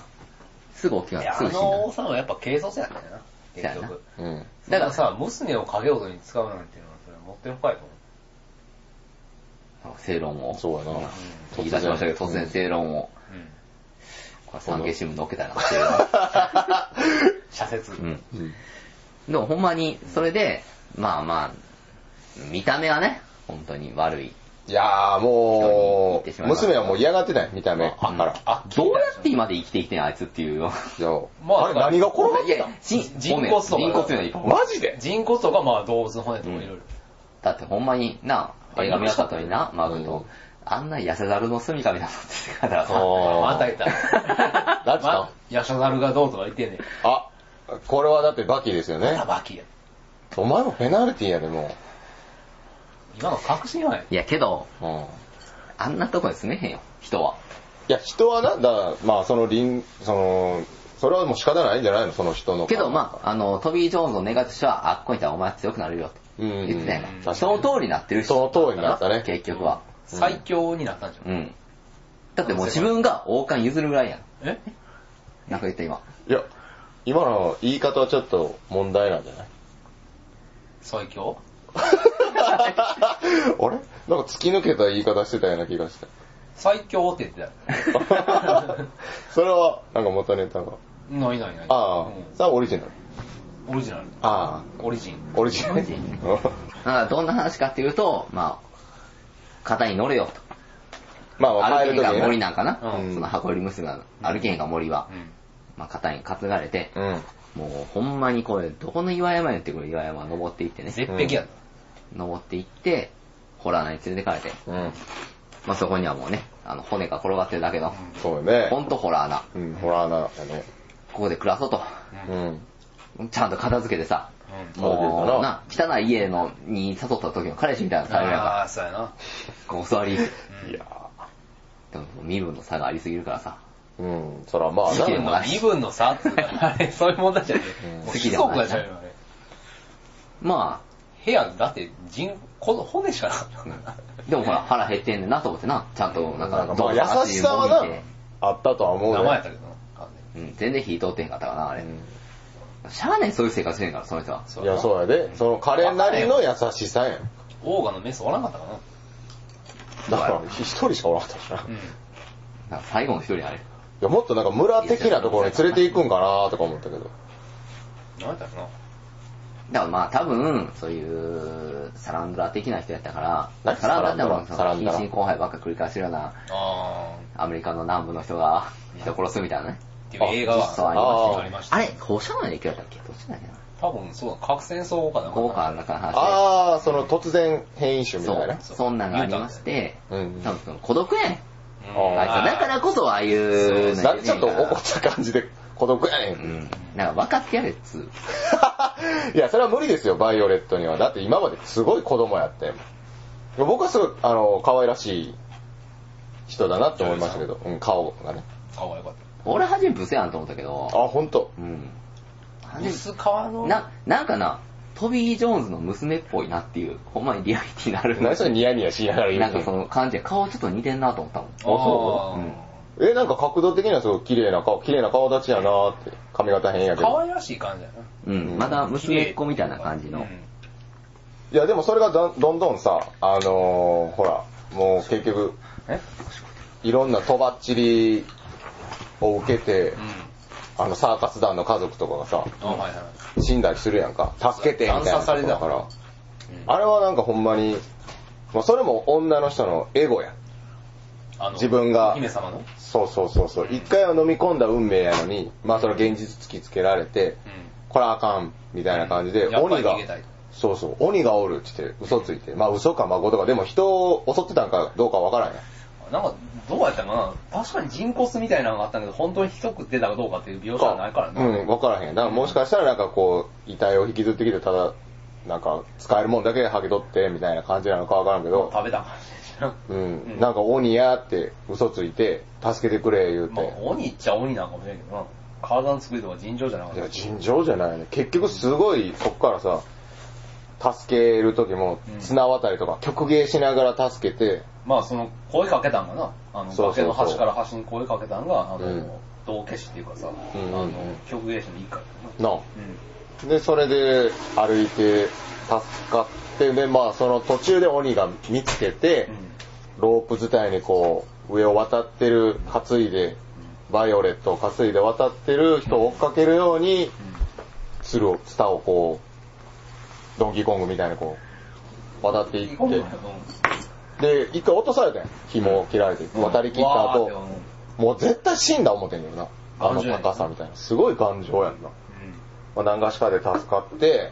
Speaker 1: すぐ起き
Speaker 3: い
Speaker 1: が
Speaker 3: や、
Speaker 1: す
Speaker 3: あ
Speaker 1: ぐ死んだ。
Speaker 3: の王様はやっぱ軽率やったよな、結
Speaker 1: そうやな
Speaker 3: 局。
Speaker 2: うん。
Speaker 1: だ
Speaker 3: だか
Speaker 1: からら
Speaker 3: さ、娘を影音に使うなんていうのは、それはもってのほかいと思う。
Speaker 1: 正論を。
Speaker 2: そうやな
Speaker 1: 言い出しましたけど、突然正論を。
Speaker 3: うん。
Speaker 1: これ産経新聞載っけたいな、正論。
Speaker 3: 社説。う。
Speaker 1: うん ん。でもほんまに、それで、まあまあ、見た目はね、本当に悪い。
Speaker 2: いやー
Speaker 1: 行っ
Speaker 2: も
Speaker 1: てし
Speaker 2: う、
Speaker 1: まいました
Speaker 2: 娘はもう嫌がってない、見た目。あ
Speaker 1: うん
Speaker 2: から。
Speaker 3: あ
Speaker 1: どうやって今まで生きてきてんあいつっていうよ。
Speaker 2: じゃあ、
Speaker 3: まあ
Speaker 2: あれ何が転がっ
Speaker 1: い
Speaker 2: て
Speaker 1: や
Speaker 2: た、
Speaker 1: し
Speaker 3: 人骨とか
Speaker 1: 人骨っていうのは一本。
Speaker 2: マジで
Speaker 3: 人骨とか、まあ動物の骨とかいろいろ。
Speaker 1: だってほんまにな、映画見なかったのにな、マーク
Speaker 2: うん
Speaker 1: と。あんな痩せ猿の住みかみたいなのって言ってたからさ。
Speaker 2: あー
Speaker 3: また言った。
Speaker 2: 何つった
Speaker 3: まヤシャザルがどうとか言ってんねん。
Speaker 2: あ、これはだってバキですよね
Speaker 3: また。バキや。
Speaker 2: お前もペナルティーやでも
Speaker 3: 今の確信犯や。
Speaker 1: いやけど、
Speaker 2: う。うん。
Speaker 1: あんなとこに住めへんよ、人は。
Speaker 2: いや、人はな、だから、まあ、その倫、その、それはもう仕方ないんじゃないのその人の。
Speaker 1: けど、まあ、あの、トビー・ジョーンズの願いとしては、あっこにいたらお前強くなれるよと
Speaker 2: うんうんうん
Speaker 1: 言ってたやんか
Speaker 2: 確かに
Speaker 1: その通りになってるし。
Speaker 2: その通りになったね
Speaker 1: 結局は。
Speaker 3: 最強になったんじゃん。
Speaker 1: うん。だってもう自分が王冠譲るぐらいやん。
Speaker 3: え
Speaker 1: なんか言った今。
Speaker 2: いや、今の言い方はちょっと問題なんじ ゃない
Speaker 3: 最強
Speaker 2: あれなんか突き抜けた言い方してたような気が した。
Speaker 3: 最強って言ってた よ
Speaker 2: それは、なんか元ネタが。
Speaker 3: ないないない。
Speaker 2: ああ、
Speaker 3: う
Speaker 2: それはオリジナル。
Speaker 3: んオリジナル。
Speaker 2: あ
Speaker 3: オリジン。
Speaker 2: あ、オリジナル。
Speaker 1: だからどんな話かっていうと、まあ、型に乗れよと。
Speaker 2: まあまあ、
Speaker 1: 歩
Speaker 2: 帰
Speaker 1: けへ
Speaker 2: る
Speaker 1: ん
Speaker 2: とき
Speaker 1: が
Speaker 2: に
Speaker 1: 森
Speaker 2: ね。
Speaker 1: なんかな、
Speaker 2: うん
Speaker 1: その箱入り娘が歩けへんが森は、まあ、型に担がれて、
Speaker 2: うん。
Speaker 1: もうほんまにこれ、どこの岩山やってくる岩山登っていって
Speaker 3: うん。
Speaker 1: ね、
Speaker 3: 絶壁やな。
Speaker 1: 登っていって、ホラー穴に連れてかれて、
Speaker 2: うん。
Speaker 1: まあ、そこにはもうね、あの、骨が転がってるだけの、
Speaker 2: そうね。
Speaker 1: ほんとホラー穴、
Speaker 2: うん、ホラーなだね。
Speaker 1: ここで暮らそうと。
Speaker 2: う
Speaker 3: うん。
Speaker 2: ん。
Speaker 1: ちゃんと片付けてさ、
Speaker 3: うん
Speaker 1: もう、
Speaker 2: 片
Speaker 1: な、汚い家の、に誘った時の彼氏みたいなされるやん
Speaker 3: あ
Speaker 1: か。
Speaker 3: あ、そうやな。
Speaker 1: ここ座り。
Speaker 2: いや
Speaker 1: でも身分の差がありすぎるからさ。
Speaker 2: ーうん、そらまあ
Speaker 1: 好
Speaker 2: な
Speaker 1: き。やもんな
Speaker 3: 身分の差っつうか、あれ、そういう問題じゃね
Speaker 2: うん
Speaker 3: え。もう
Speaker 1: 好き
Speaker 3: 貴
Speaker 1: でも
Speaker 3: 族
Speaker 1: ない
Speaker 3: がじゃねえよあれ。
Speaker 1: ま
Speaker 3: 部屋、だって人、この骨しかなかったからな。
Speaker 1: あ、でもほら、腹減ってんねんなと思ってな。ちゃんと、なん
Speaker 2: なん
Speaker 1: か
Speaker 2: か、まあ優しさは
Speaker 1: どうぞ
Speaker 2: な、あったとは思うね。
Speaker 3: 名前やったけどな。完全に
Speaker 1: うん、全然火通ってへんかったからな、あれ。しゃあない、そういう生活してんから、その人は。
Speaker 3: そ
Speaker 2: いう
Speaker 3: や
Speaker 2: や、
Speaker 3: な
Speaker 2: そうやで。その彼なりの優しさやん。
Speaker 3: オーガのメスおらんかったかな。
Speaker 2: だから、一人しかおらんかったしな。い
Speaker 1: なんか最後の一人あれ。
Speaker 2: や、もっとなんか村的なところに連れて行くんかなとか思ったけど。
Speaker 3: 何やったかな。
Speaker 1: だからまあ多分、そういう、サランドラ的な人やったか
Speaker 2: 何
Speaker 1: ら、サランドラってもうそ
Speaker 2: サラ
Speaker 1: の、
Speaker 2: ンド
Speaker 1: 近
Speaker 2: ラ
Speaker 1: 親交配ばっか繰り返してるような、
Speaker 3: あ
Speaker 1: アメリカの南部の人が、人殺すみたいなね。
Speaker 3: ー。っていう映画
Speaker 1: 実際
Speaker 3: が
Speaker 2: あ
Speaker 3: ありました。
Speaker 1: あれ放射能の影響やったっけどっちだっけな
Speaker 3: 多分そうだ、核戦争かなんか。
Speaker 1: 効果の中の話
Speaker 2: あー、その突然変異種
Speaker 1: で。そ
Speaker 2: みたいうな、。
Speaker 1: そんなんがありまして、
Speaker 2: う
Speaker 1: 多
Speaker 2: ん。
Speaker 1: 分その孤独やねん。
Speaker 3: うん
Speaker 1: あいつはだからこそああいうのや
Speaker 2: なん
Speaker 1: ねん
Speaker 2: かちょっと怒った感じで孤独やね。
Speaker 1: うんん。なんか分かってやれっつう。
Speaker 2: いや、それは無理ですよ、バイオレットには。だって今まですごい子供やって。僕はすごい、あの、可愛らしい人だなって思いましたけど、うん、顔がね。
Speaker 3: 可愛かっ
Speaker 1: 俺初めブスやんと思ったけ
Speaker 2: あ、
Speaker 1: ど、
Speaker 2: ほんと。
Speaker 1: うん。
Speaker 3: た。
Speaker 1: 初め
Speaker 3: 薄皮の。
Speaker 1: な、なんかな、トビー・ジョーンズの娘っぽいなっていう、ほんまにリアリティのある。
Speaker 2: 何それニヤニヤしながら
Speaker 1: なん
Speaker 2: 言う
Speaker 1: かそ
Speaker 2: て。
Speaker 1: の感じで顔ちょっと似てんなと思ったもん。
Speaker 3: あー
Speaker 1: うん
Speaker 2: え、なんか角度的にはすごい綺麗な顔、綺麗な顔立ちやなーって。髪型変やけ
Speaker 3: 可
Speaker 2: ど。
Speaker 3: 愛らしい感じやな。
Speaker 1: うん。まだ娘っ子みたいな感じ
Speaker 3: う
Speaker 1: の。
Speaker 3: ん
Speaker 2: いや、でもそれがどんどんどんさ、あのー、ほら、もう結局、
Speaker 3: え
Speaker 2: いろんなとばっちりを受けて、あの、サーカス団の家族とかがさ、
Speaker 3: あ、はいはい。
Speaker 2: 死んだりするやんか。助けてみたいな
Speaker 3: 暗殺された
Speaker 2: だから。あれはなんかほんまに、まあ、それも女の人のエゴやん。
Speaker 3: あの
Speaker 2: 自分が
Speaker 3: 姫様の
Speaker 2: そうそうそうそう。一回は飲み込んだ運命やのに、まあその現実突きつけられて、これあかん、みたいな感じで、
Speaker 3: やっぱ
Speaker 2: 鬼
Speaker 3: り
Speaker 2: が
Speaker 3: 逃げ、たいと。
Speaker 2: そうそう、鬼がおるって言って、嘘ついて、まあ嘘か孫とか、でも人を襲ってたんかどうかわからんやん。
Speaker 3: なんか、どうやったかな確かに人骨みたいなのがあったけど、本当に人食ってたかどうかっていう描写はないからな。
Speaker 2: うん、わからへんやん。だからもしかしたらなんかこう、遺体を引きずってきて、ただ、なんか使えるもんだけ剥ぎ取って、みたいな感じなのかわからんけど、
Speaker 3: 食べた感じな。
Speaker 2: うん、なんか鬼やって嘘ついて、助けてくれ言う
Speaker 3: まあ
Speaker 2: て。、
Speaker 3: 鬼っちゃ鬼なんかもしれんけどな。体の作りとか尋常じゃなかっ
Speaker 2: い
Speaker 3: た
Speaker 2: や、。尋常じゃないよね。結局すごい、そっからさ、助ける時も
Speaker 3: う、ん
Speaker 2: 綱渡りとか、曲芸しながら助けて、
Speaker 3: まあ、その、声かけたんがな。あの、
Speaker 2: そうそうそ
Speaker 3: 崖
Speaker 2: う
Speaker 3: の端から端に声かけたんが、あ
Speaker 2: うん
Speaker 3: の、道化師っていうかさ、あ
Speaker 2: うんうん
Speaker 3: の、曲芸師の一家やな。
Speaker 2: な
Speaker 3: うん。
Speaker 2: あで、それで歩いて、助かって、で、まあ、その途中で鬼が見つけて、ロープ伝いにこう、上を渡ってる、担いで、バイオレットを担いで渡ってる人を追っかけるように、鶴を、ツタをこう、ドンキーコングみたいにこう、渡っていっ
Speaker 3: うん。
Speaker 2: て、で、一回落とされたんや紐を切られて、渡り切った
Speaker 3: うわー
Speaker 2: 後
Speaker 3: って、思う
Speaker 2: もう絶対死んだ思てんねんな。あの
Speaker 3: 頑丈やね
Speaker 2: 高さみたいな。すごい頑丈やんな。まあ、何がしかで助かって、
Speaker 3: うん。うん。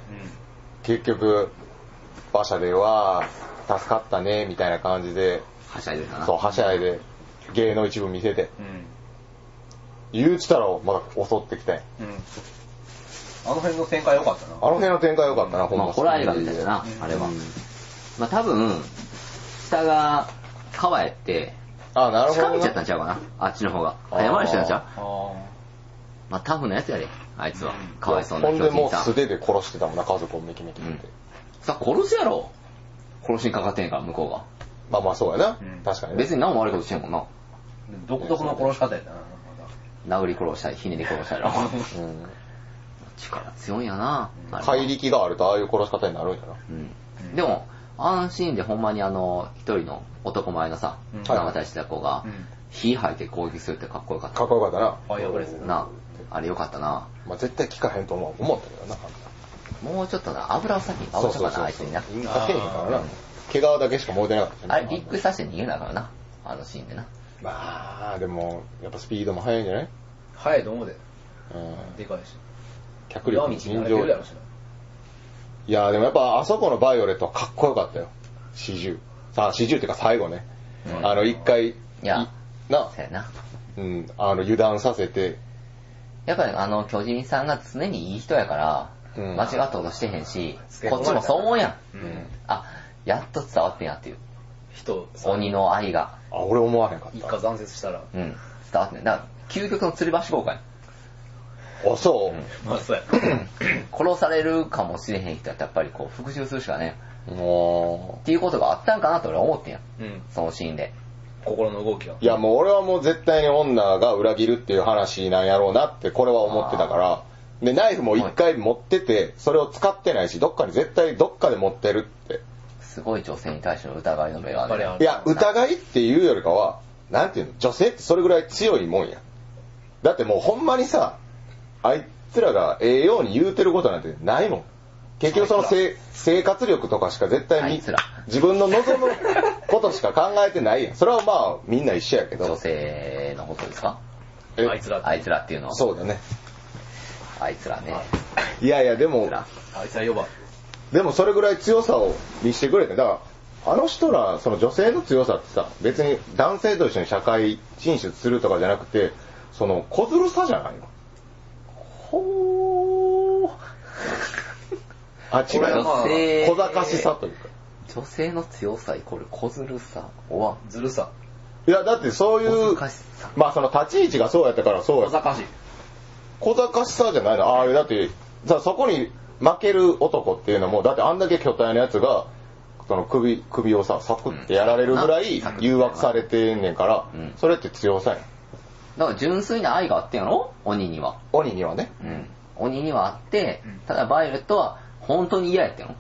Speaker 2: 結局、馬車では、助かったね、みたいな感じで、
Speaker 1: はしゃいでたな。
Speaker 2: そう、はしゃいで、芸の一部見せて、
Speaker 3: う
Speaker 2: 言うちたらまだ襲ってきたんや
Speaker 3: ん。うん。あの辺の展開良かったな。
Speaker 2: あの辺の展開良かったな、ほん
Speaker 1: まあ、
Speaker 2: ま。
Speaker 1: ホラー映画みたいだな、あれは。まあ、多分、下が川やって、
Speaker 2: あ、なるほ
Speaker 1: 近
Speaker 2: ど
Speaker 1: 道
Speaker 2: な。
Speaker 1: やったんちゃうかな、あっちの方が。
Speaker 2: あー
Speaker 1: 謝る人なんちゃう
Speaker 3: あー
Speaker 1: まあ、タフなやつやで、あいつは
Speaker 3: うん。
Speaker 1: かわいそうな
Speaker 2: ほんで
Speaker 1: 巨人
Speaker 2: もう
Speaker 1: さん。
Speaker 2: 素手で殺してたもんな、家族をめきめきって。
Speaker 1: うんさ、殺すやろ。殺しにかかってんやから、向こ
Speaker 2: まあまあそうやな
Speaker 3: うん。
Speaker 2: 確か
Speaker 1: うが。
Speaker 2: にね。
Speaker 1: 別に何も悪いことしてんもんな。
Speaker 3: 独特の殺し方やったな。
Speaker 1: 殴り殺したり、ひねり 殺したり。
Speaker 2: うん。
Speaker 1: 力強いんやなあれは
Speaker 2: 怪力があるとああいう殺し方になるんやな。
Speaker 1: うん。でも、あのシーンでほんまにあの、一人の男前のさ
Speaker 4: うん、
Speaker 1: 仲間たしてた子が
Speaker 4: うん、
Speaker 1: 火吐いて攻撃するってかっこよかっ
Speaker 2: か
Speaker 1: た
Speaker 2: っこよかったな。
Speaker 4: あ、やばいですね。
Speaker 1: な。あれよかったな
Speaker 2: まあ絶対聞かへんと思う思ったけどな。
Speaker 1: もうちょっとな、油を先に倒したかな、あいつにな。
Speaker 2: 引火せえへんからな。毛皮だけしか燃えてなかったしな
Speaker 1: あれ、リックさして逃げなからな。あのシーンでな。
Speaker 2: まあ、でも、やっぱスピードも速いんじゃない
Speaker 4: 早いと思うで。
Speaker 2: うん。
Speaker 4: でかいし。
Speaker 2: 脚力も尋
Speaker 4: 尋
Speaker 2: 常
Speaker 4: 常やろしな。
Speaker 2: いやーでもやっぱあそこのバイオレットはかっこよかったよ。四十。さあ、四十っていうか最後ね。
Speaker 1: うん
Speaker 2: あの、一回、い
Speaker 1: や
Speaker 2: な、
Speaker 1: そうやな。
Speaker 2: うん、あの、油断させて、
Speaker 1: やっぱりあの、巨人さんが常にいい人やから、
Speaker 2: うん
Speaker 1: 間違ったことしてへんし
Speaker 4: つけ、込
Speaker 1: こ
Speaker 4: ま
Speaker 1: っ
Speaker 4: れた
Speaker 1: ちもそう思うやん。
Speaker 4: うん。
Speaker 1: あ、やっと伝わってんやっていう。
Speaker 4: 人、
Speaker 1: 鬼の愛が。
Speaker 2: あ、俺思わへんかっ
Speaker 4: 一
Speaker 2: た。
Speaker 4: 家残雪したら。
Speaker 1: うん。伝わってん。だから究極の吊り 橋効果やん。
Speaker 2: あ、そう、
Speaker 4: まあ、そうや。
Speaker 1: 殺されるかもしれへん人やったらやっぱりこう、復讐するしかね。
Speaker 2: も
Speaker 1: っていうことがあったんかなと俺は思ってんやん。
Speaker 4: うん。
Speaker 1: そのシーンで。
Speaker 4: 心の動きが
Speaker 2: う。い。や、もう俺はもう絶対に女が裏切るっていう話なんやろうなって、これは思ってたから、で、ナイフも一回持ってて、それを使ってないし、どっかに絶対どっかで持ってるって。
Speaker 1: すごい女性に対しての疑いの目が
Speaker 4: や
Speaker 1: あ
Speaker 4: っぱり
Speaker 1: る
Speaker 4: あの
Speaker 2: いや、疑いっていうよりかは、なんていうの、女性ってそれぐらい強いもんや。だってもうほんまにさ、あいつらがええように言うてることなんてないもん。結局そのせ生活力とかしか絶対
Speaker 1: あ
Speaker 2: に
Speaker 1: いつら
Speaker 2: 自分の望むことしか考えてないやん。それはまあみんな一緒やけ
Speaker 1: 女
Speaker 2: ど。
Speaker 1: 性のことですか
Speaker 2: え
Speaker 4: あいつらって
Speaker 1: あいつらっていうのは。
Speaker 2: そうだね。
Speaker 1: あいつらね。
Speaker 2: いやいや、でも、
Speaker 4: あいつら呼ば。
Speaker 2: でもそれぐらい強さを見せてくれて、だから、あの人ら、その女性の強さってさ、別に男性と一緒に社会進出するとかじゃなくて、その、小ずるさじゃないの
Speaker 1: ほー。
Speaker 2: あ、違う
Speaker 4: これはまあ
Speaker 1: 女性
Speaker 2: 小賢しさというか。
Speaker 1: 女性の強さイコール小ずるさ、おわん。
Speaker 4: ずるさ。
Speaker 2: いや、だってそういう
Speaker 1: 小賢しさ、
Speaker 2: まあその立ち位置がそうやったからそうや
Speaker 4: 小。賢しい。
Speaker 2: 小賢しさじゃないの。ああ、だって、さそこに負ける男っていうのも、だってあんだけ巨体のやつが、その首、首をさ、サクってやられるぐらい
Speaker 1: うん
Speaker 2: 誘惑されてんねんから
Speaker 1: うん、
Speaker 2: それって強さやん。
Speaker 1: だから純粋な愛があってんやろ鬼には。
Speaker 2: 鬼にはね。
Speaker 1: うん。鬼にはあって
Speaker 4: うん、
Speaker 1: ただバイオレットは本当に嫌やったんやろ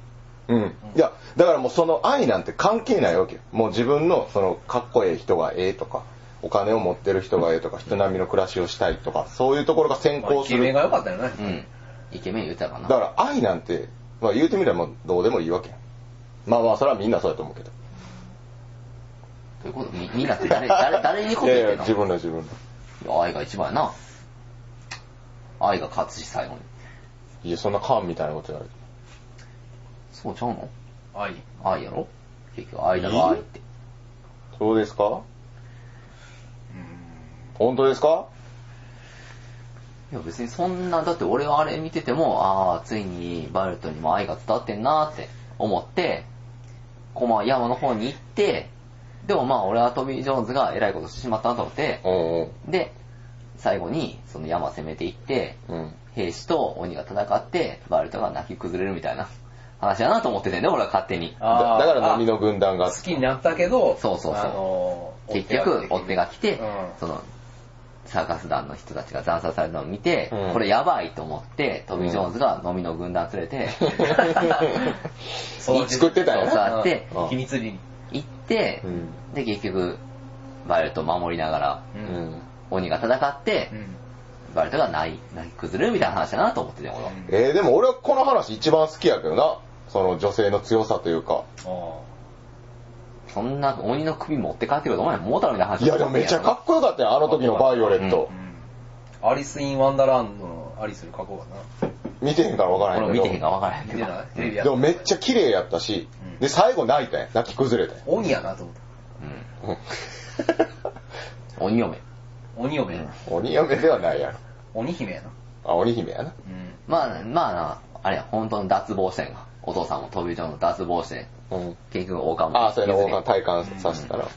Speaker 2: うん。いや、だからもうその愛なんて関係ないわけよ。もう自分のそのかっこええ人がええとか、お金を持ってる人がええとか、人並みの暮らしをしたいとか、そういうところが先
Speaker 4: まあ
Speaker 2: 行
Speaker 4: イ
Speaker 2: す
Speaker 4: ケメン
Speaker 2: る。
Speaker 4: が
Speaker 2: だ
Speaker 4: 良かったよね。
Speaker 1: うん。イケメン言うたかな。
Speaker 2: から愛なんて、まあ言うてみればもうどうでもいいわけやんまあまあそれはみんなそうやと思うけど。
Speaker 1: ということみ、みんなって誰、誰、誰にこと
Speaker 2: いや
Speaker 1: 言っ
Speaker 2: いや
Speaker 1: てんの
Speaker 2: 自分の自分の。
Speaker 1: いや愛が一番やな。愛が勝つし、最後に。
Speaker 2: いや、そんなカーンみたいなこと言われて。
Speaker 1: そうちゃうの
Speaker 4: 愛。
Speaker 1: 愛やろ結局、愛だろ、愛って。
Speaker 2: そうですか本当ですか
Speaker 1: いや別にそんな、だって俺はあれ見てても、ああ、ついにバイオレットにも愛が伝わってんなーって思って、こうまあ山の方に行って、でもまあ俺はトミー・ジョーンズが偉いことしてしまったなと思って、
Speaker 2: うんうん。
Speaker 1: で、最後にその山攻めていって、
Speaker 2: うん。
Speaker 1: 兵士と鬼が戦って、バイオレットが泣き崩れるみたいな話だなと思っててね、俺は勝手に。
Speaker 2: だ
Speaker 4: あー
Speaker 2: だから波の軍団が
Speaker 4: 好、きになったけど、
Speaker 1: そうそうそう
Speaker 4: あのー
Speaker 1: 結局、追っ手が来て、
Speaker 4: う
Speaker 1: その、サーカス団の人たちが惨殺されるのを見て、
Speaker 2: うん
Speaker 1: これやばいと思って、トミー・ジョーンズが飲みの軍団連れて、
Speaker 4: ん。
Speaker 2: そう作ってたよ
Speaker 1: そう
Speaker 2: な。
Speaker 1: あって
Speaker 4: うん秘密裏に。
Speaker 1: 行って
Speaker 2: う、ん。
Speaker 1: で、結局、バイオレットを守りながら、
Speaker 4: う。
Speaker 2: うんん。
Speaker 1: 鬼が戦って
Speaker 4: う、ん
Speaker 1: バイオレットが泣い、泣き崩れるみたいな話だなと思ってて、俺は。
Speaker 2: えー、でも俺はこの話一番好きやけどな。その女性の強さというか。
Speaker 4: あ
Speaker 1: そんな鬼の首持って帰ってくるとお前もうたみたいない話
Speaker 2: やでもめっちゃかっこよかったよ、あの時のバイオレット
Speaker 4: ー。うんアリス・イン・ワンダーランドのアリスに書こうかな。
Speaker 2: 見てへんからわから
Speaker 1: 俺
Speaker 2: へ
Speaker 1: も見
Speaker 2: ん
Speaker 1: てへ
Speaker 2: け
Speaker 1: んから分からへんけ
Speaker 4: 見て
Speaker 1: ど。
Speaker 4: ないテレビ
Speaker 2: ど。
Speaker 4: や
Speaker 2: でもめっちゃ綺麗やったし
Speaker 4: う、ん
Speaker 2: で、最後泣いたやん。泣き崩れたやん。
Speaker 4: 鬼やなと思った。
Speaker 1: うん。鬼嫁。
Speaker 4: 鬼嫁やな。
Speaker 2: 鬼嫁ではないやろ。
Speaker 4: 鬼姫やな。
Speaker 2: あ、鬼姫やな。
Speaker 4: うん。
Speaker 1: まあ、まあな、あれや、本当の脱帽してんが。お父さんも飛び上の脱帽して、
Speaker 2: うん。
Speaker 1: 結局王冠も。
Speaker 2: あ、そういうのを体感させたら。だ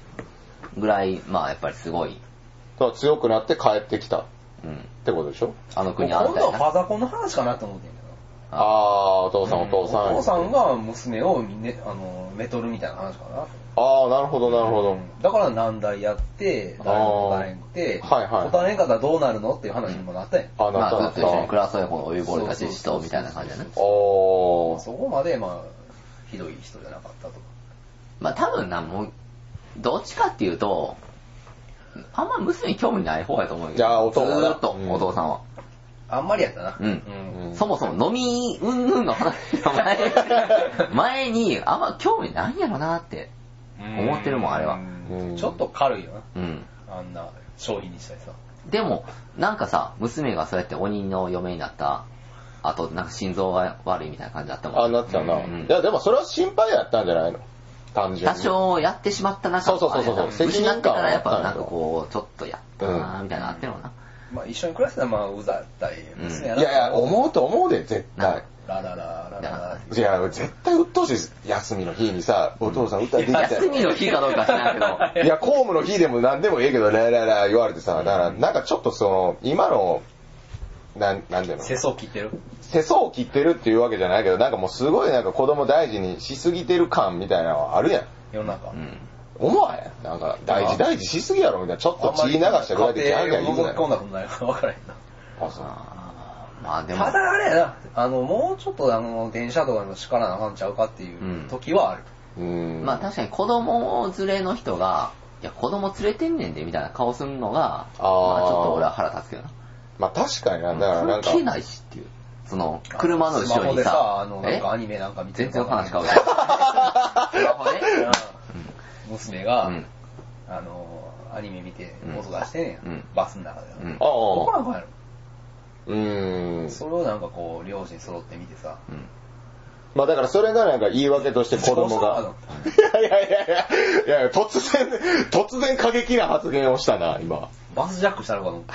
Speaker 1: ぐらい、まあやっぱりすごい、
Speaker 2: から強くなって帰ってきたっ
Speaker 1: うん。
Speaker 2: てことでしょ
Speaker 1: あの
Speaker 4: もう
Speaker 1: 国あん
Speaker 4: 今
Speaker 1: た
Speaker 4: 度
Speaker 1: や
Speaker 4: は
Speaker 1: な。
Speaker 4: ファザコンの話かなと思ってんけど。
Speaker 2: ああ、お父さんお父さん。
Speaker 3: お父さんが娘を、ね、あの、めとるみたいな話かな。
Speaker 2: ああ、なるほど、なるほど。
Speaker 3: だから難題やって、誰も答えんくて、
Speaker 2: あーはいはい
Speaker 3: 答えんかったらどうなるのっていう話にもなったんや。
Speaker 2: あ、な
Speaker 1: ま
Speaker 2: った
Speaker 1: あ、
Speaker 2: なっ
Speaker 1: ず
Speaker 2: た
Speaker 1: っ。と一緒に暮らそうよ、このお湯ボールたち人みたいな感じだね。
Speaker 2: お
Speaker 3: そ
Speaker 2: ー。
Speaker 3: こまで、まあ、ひどい人じゃなかったと。
Speaker 1: まあ、多分な、もう、どっちかっていうと、あんま娘に興味ない方やと思うけど。
Speaker 2: いやお父さんは
Speaker 1: ずーっと、
Speaker 2: うん
Speaker 1: お父さんは。
Speaker 3: あんまりやったな。
Speaker 1: うん
Speaker 2: うん
Speaker 1: そもそも飲み、うんぬんの話の前 前に、あんま興味ないんやろなって。思ってるもんあれは
Speaker 2: うん
Speaker 3: ちょっと軽いよ
Speaker 1: うん。
Speaker 3: な。あんな商品にしたりさ。
Speaker 1: でも、なんかさ、娘がそうやって鬼の嫁になった、あと、なんか心臓が悪いみたいな感じだったもん。
Speaker 2: あ、なったな。
Speaker 1: うん
Speaker 2: いや、でもそれは心配やったんじゃないの単純に。
Speaker 1: 多少やってしまった中
Speaker 2: そうそうそうそう
Speaker 1: あれだな
Speaker 2: 責任
Speaker 1: 失
Speaker 2: 感
Speaker 1: ってからやっ
Speaker 2: はあ
Speaker 1: ぱ
Speaker 2: った
Speaker 1: なん
Speaker 2: よ
Speaker 1: んかこう、ちょっとやったなーみたいなのあってるのな。
Speaker 3: まあ一緒に暮らしたらまあうざったい娘や
Speaker 2: い
Speaker 3: な。
Speaker 2: やいや、思うと思うで、絶対。
Speaker 3: ララララララ。
Speaker 2: いや、絶対鬱陶しいです。休みの日にさ、お父さん歌できた
Speaker 1: 休みの日かどうかは知らんけど。
Speaker 2: いや、公務の日でも何でもええけど、ラララ言われてさ、だから、なんかちょっとその、今の、なん、なんていうの
Speaker 3: 世相切ってる
Speaker 2: 世相を切ってるっていうわけじゃないけど、なんかもうすごいなんか子供大事にしすぎてる感みたいなのはあるやん。
Speaker 3: 世の中。
Speaker 1: うん。
Speaker 2: 思わへんなんか、大事大事しすぎやろみたいな、ちょっと血流したぐらいでギャーギャー
Speaker 3: 家
Speaker 2: 言う
Speaker 3: 庭を
Speaker 2: な
Speaker 3: 覗き込
Speaker 2: よ。
Speaker 3: んだことないから分からへんな。
Speaker 2: あ、そう。
Speaker 1: あーまあでも。
Speaker 3: ただあれやな、あの、もうちょっとあの、電車とかの力なあかんちゃうかっていう時はある。
Speaker 2: うーん。
Speaker 1: まあ確かに子供連れの人が、いや子供連れてんねんでみたいな顔するのが、
Speaker 2: あー
Speaker 1: まあちょっと俺は腹立つけどな。
Speaker 2: まあ確かにな、だからなん
Speaker 1: 関
Speaker 2: か、
Speaker 1: 係ないしっていう。その、車の
Speaker 3: スマ
Speaker 1: 後ろ
Speaker 3: ホ
Speaker 1: に
Speaker 3: でさ、
Speaker 1: さ
Speaker 3: あの、、なんかアニメなんか見て
Speaker 1: 全然話変わ
Speaker 3: る
Speaker 1: る。スマホね。
Speaker 3: 娘 が、
Speaker 1: うん
Speaker 3: あの、アニメ見て
Speaker 1: うん
Speaker 3: 音出してんや、
Speaker 1: うん
Speaker 3: バスの中で。
Speaker 1: うん
Speaker 2: ああ、
Speaker 3: どこなんかやろ
Speaker 2: うーん。
Speaker 3: それをなんかこう、両親揃って見てさ、
Speaker 1: うん
Speaker 2: まあだからそれがなんか言い訳として子供が。 いやいやいやいや、いや突然、突然過激な発言をしたな、今。
Speaker 3: バスジャックしたのかと思っ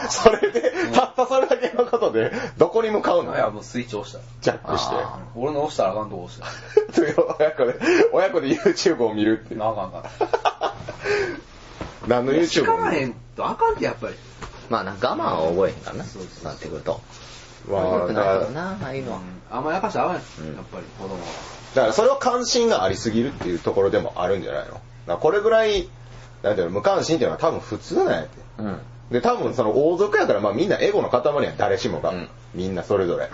Speaker 3: た。
Speaker 2: それで、たったそれだけのことで、どこに向かうの
Speaker 3: いや、もうスイッチ押した。
Speaker 2: ジャックして。
Speaker 1: あ
Speaker 3: 俺の押したらあかんとこ押した。
Speaker 2: という親子で、親子で YouTube を見るっていう。
Speaker 3: あかんあか
Speaker 2: 何の
Speaker 3: ん。し
Speaker 2: YouTube
Speaker 3: か
Speaker 2: を
Speaker 3: ま
Speaker 2: 見
Speaker 3: へ
Speaker 2: る
Speaker 3: んとあかんってやっぱり。
Speaker 1: まあな、我慢は覚えへんからな。
Speaker 3: そうそうそう
Speaker 1: なってくると。
Speaker 2: まあ
Speaker 1: 良く
Speaker 2: だ
Speaker 1: ないけ
Speaker 2: から
Speaker 1: どな、ああいうのは。
Speaker 3: 甘やかしたらあかん
Speaker 1: う
Speaker 3: や
Speaker 1: ん
Speaker 3: ん。やっぱり子供は。
Speaker 2: だからそれは関心がありすぎるっていうところでもあるんじゃないのだからこれぐらい、なんていうの、無関心っていうのは多分普通なんやって。
Speaker 1: うん。
Speaker 2: で、多分その王族やから、まあみんなエゴの塊やん、誰しもが。
Speaker 1: うん
Speaker 2: みんなそれぞれ。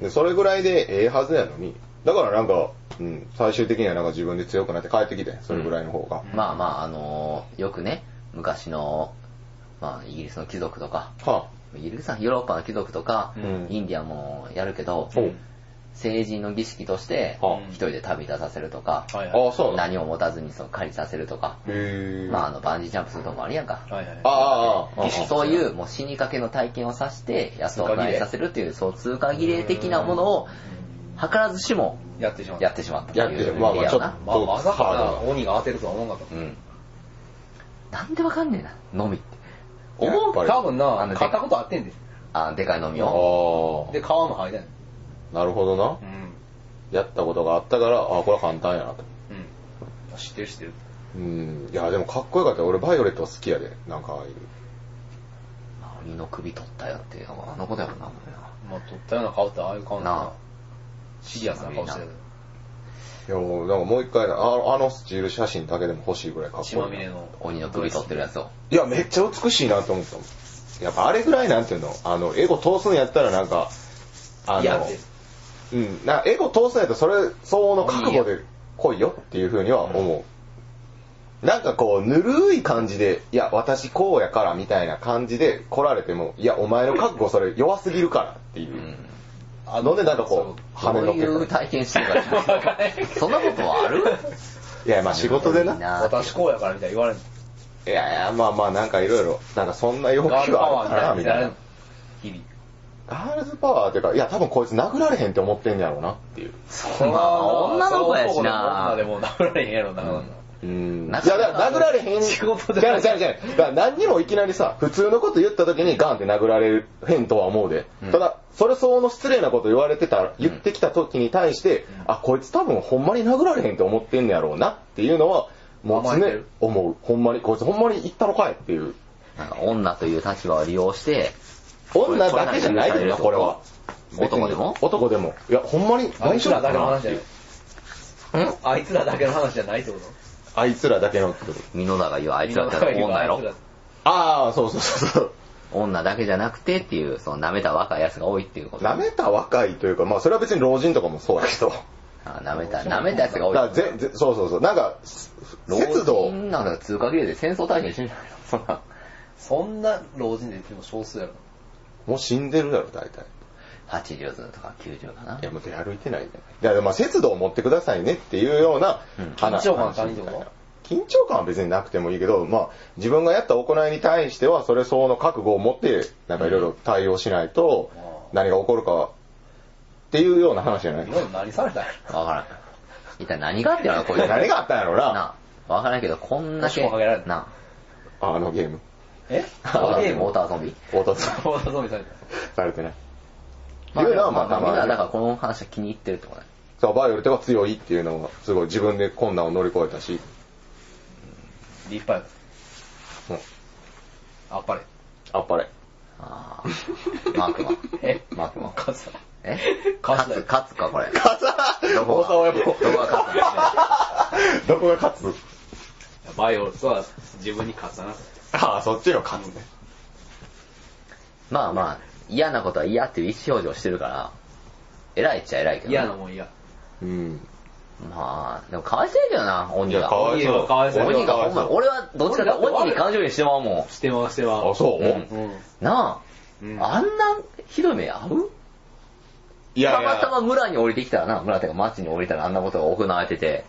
Speaker 2: で、それぐらいでええはずやのに。だからなんか、うん、最終的にはなんか自分で強くなって帰ってきて、それぐらいの方が。
Speaker 1: まあまあ、あのー、よくね、昔の、まあ、イギリスの貴族とか、
Speaker 2: は
Speaker 1: イギリスさん、ヨーロッパの貴族とか、
Speaker 2: うん
Speaker 1: インディアンもやるけど、
Speaker 2: ほう
Speaker 1: 成人の儀式として
Speaker 2: は、
Speaker 1: 一人で旅立たせるとか、
Speaker 2: あ、
Speaker 3: はいはい。
Speaker 2: ああ、そうなんだ。
Speaker 1: 何を持たずにその借りさせるとか、
Speaker 2: へえ。
Speaker 1: まあ、あの、バンジージャンプするとかもあるやんか。
Speaker 3: はいはい。
Speaker 2: ああ、ああ、ああ。
Speaker 1: そういう、もう死にかけの体験をさして、やつを行いさせるっていう、そう、通過儀礼的なものを、図らずしも、
Speaker 3: やってしまった。
Speaker 1: やってしまった
Speaker 2: やってしまうまあまあちょっと
Speaker 1: な
Speaker 3: まあ、まさかな鬼が当てるとは思わなかった。
Speaker 1: うん。なんでわかんねえな、飲みって。
Speaker 2: や
Speaker 3: 思
Speaker 2: っぱ
Speaker 3: う
Speaker 2: り
Speaker 3: 多分
Speaker 1: あの
Speaker 3: な、
Speaker 1: で
Speaker 3: 買ったことあってんです。
Speaker 1: あ、でかい飲みを。
Speaker 2: あ
Speaker 3: で、皮も剥いだんや
Speaker 2: あ、なるほどな
Speaker 3: う。ん。
Speaker 2: やったことがあったから、ああ、これは簡単やなと。
Speaker 3: うん。知ってる知ってる。
Speaker 2: うん。いや、でもかっこよかったよ。俺、バイオレットは好きやで。なんかああいう。
Speaker 1: 鬼の首取ったよって、あのことやろな、もうな
Speaker 3: まあ、取ったような顔ってああいう顔なんだ
Speaker 1: なあ
Speaker 3: な。シリアスな顔してる。
Speaker 2: いや、もうなんかもう一回、ああのスチール写真だけでも欲しいぐらいかっこいい
Speaker 3: 血
Speaker 2: な。
Speaker 3: まみれの。
Speaker 1: 鬼の首取ってるやつを。
Speaker 2: いや、めっちゃ美しいなと思ったもん。やっぱあれぐらいなんていうの、あの、エゴ通すんやったらなんか、あ
Speaker 3: いや
Speaker 2: の、うん、なエゴ通すんやったらそれ相応の覚悟で来いよっていうふうには思う。なんかこう、ぬるい感じで、いや、私こうやからみたいな感じで来られても、いや、お前の覚悟それ弱すぎるからっていうう。
Speaker 1: ん。
Speaker 2: あのね、なんかこう、
Speaker 1: ど
Speaker 2: 跳ね
Speaker 1: う
Speaker 2: のっけ
Speaker 1: いう
Speaker 2: るから。
Speaker 1: 体験してる か知らん
Speaker 5: わかんない
Speaker 1: けど そんなことはある
Speaker 2: いや、まあ仕事でな。い
Speaker 1: な
Speaker 3: 私こうやからみたいに言われる。
Speaker 2: やいや、まあまあなんかいろいろ、なんかそんな要求
Speaker 3: ガールパ
Speaker 2: はあ
Speaker 3: ワ
Speaker 2: る
Speaker 3: ー
Speaker 2: か
Speaker 3: み
Speaker 2: ら
Speaker 3: たいな
Speaker 2: な、みたいな。。
Speaker 3: 日々。
Speaker 2: ガールズパワーっていうか、いや、多分こいつ殴られへんって思ってんやろうなっていう。
Speaker 1: そんな女の子やしな
Speaker 3: 女でも殴られへんやろな。
Speaker 2: うん。いや、
Speaker 1: な
Speaker 2: だから殴られへん。
Speaker 3: 仕事で
Speaker 2: じゃないじゃないじゃない。だから何にもいきなりさ、普通のこと言った時にガンって殴られるへんとは思うで。
Speaker 1: うん
Speaker 2: ただ、それ相応の失礼なこと言われてた、言ってきた時に対して、
Speaker 3: ん
Speaker 2: あ、こいつ多分ほんまに殴られへんって思ってんやろうなっていうのは、もう常
Speaker 3: 甘えて
Speaker 2: に
Speaker 3: る
Speaker 2: 思う。ほんまに、こいつほんまに言ったのかいっていう。
Speaker 1: なんか女という立場を利用して、
Speaker 2: 女だけじゃないけどな、これは。
Speaker 1: 男でも
Speaker 2: 男でも。いや、ほんまに
Speaker 4: あ
Speaker 2: 大
Speaker 4: いつ
Speaker 2: 丈夫
Speaker 4: ら
Speaker 2: か
Speaker 4: だけの
Speaker 2: な
Speaker 4: 話じゃない。
Speaker 1: ん
Speaker 4: あいつらだけの話じゃないってこと
Speaker 2: あいつらだけのってこと。
Speaker 1: 美濃田が言うあいつらって女やろ
Speaker 2: ああ、そうそうそうそう。
Speaker 1: 女だけじゃなくてっていう、その舐めた若い奴が多いっていうこと。
Speaker 2: 舐めた若いというか、まあそれは別に老人とかもそうやけ ど。
Speaker 1: あ舐めた、舐めた奴が
Speaker 2: だから
Speaker 1: 多い。
Speaker 2: ぜぜそうそうそう。なんか、節
Speaker 1: 老
Speaker 2: 度。
Speaker 1: 人なんか通過切れで戦争体験してんじゃないのそんな。
Speaker 4: そんな老人で言っても少数やろ。
Speaker 2: もう死んでるだろ、大体。。
Speaker 1: 80ずとか90かない
Speaker 2: や、もう出歩いてないじゃない。だからまあ節度を持ってくださいねっていうような
Speaker 1: うん
Speaker 2: 話。
Speaker 4: 緊張感は足りんってこと
Speaker 2: 話みたいな緊張感は別になくてもいいけど、まあ、自分がやった行いに対しては、それ相応の覚悟を持って、なんかいろいろ対応しないと
Speaker 4: うん、
Speaker 2: 何が起こるか、っていうような話じゃない
Speaker 4: 今の何されたんやろ
Speaker 1: わからん。一体何があってやろ、こういう
Speaker 2: 何があったんやろうな、
Speaker 1: なあ、わからんけど、こんだけ、
Speaker 4: 腰もかけられる
Speaker 1: な
Speaker 2: あのゲーム。
Speaker 4: え
Speaker 1: あ、
Speaker 2: あ
Speaker 1: モ
Speaker 2: の
Speaker 1: ー
Speaker 2: ゲ
Speaker 1: ゲ
Speaker 2: ー
Speaker 1: ー
Speaker 2: ム
Speaker 1: ム、モーター遊び。
Speaker 2: 到達
Speaker 4: ボーダーゾンビされた。
Speaker 2: されてない。
Speaker 1: まあ、
Speaker 2: いうのはまあ
Speaker 1: まあ
Speaker 2: た
Speaker 1: みん
Speaker 2: ま
Speaker 1: な、だ
Speaker 2: に
Speaker 1: か。らこの話は気に入ってるってことね。
Speaker 2: そう、バイオレットが強いっていうのは、すごい自分で困難を乗り越えたし、
Speaker 4: 立派や。
Speaker 2: もう
Speaker 4: あっぱれ。
Speaker 2: あっぱれ。
Speaker 1: あーマー クマン。
Speaker 4: え
Speaker 1: マークマン。
Speaker 4: 勝つな
Speaker 1: え
Speaker 4: 勝
Speaker 1: 勝
Speaker 4: つ
Speaker 1: つ、勝つか、これ。
Speaker 2: 勝つ
Speaker 1: どこが
Speaker 2: 大沢親子
Speaker 1: どこが勝つの
Speaker 2: どこが勝つ
Speaker 3: バイオレットは自分に勝つな。
Speaker 2: ああ、そっちの勝つね。
Speaker 1: まあまあ、嫌なことは嫌っていう意思表示をしてるから、偉いっちゃ偉いけどね。
Speaker 3: 嫌なもん嫌。
Speaker 2: うん。
Speaker 1: まあ、でもかわいそうやけどな、鬼が。
Speaker 3: いそうかわいそう
Speaker 1: 鬼がほんまに、俺
Speaker 2: 俺、
Speaker 1: はどっちかっていうと鬼に感情移入してまうも
Speaker 3: してまうしてま
Speaker 2: あ、
Speaker 3: う。
Speaker 2: そう、
Speaker 1: うん
Speaker 4: うん。
Speaker 1: ん。な
Speaker 3: うん
Speaker 1: あ、あんなひどい目合う
Speaker 2: いや
Speaker 1: た
Speaker 2: い
Speaker 1: ま
Speaker 2: や、
Speaker 1: たま村に降りてきたらな、村っていうか町に降りたらあんなことが行われてて、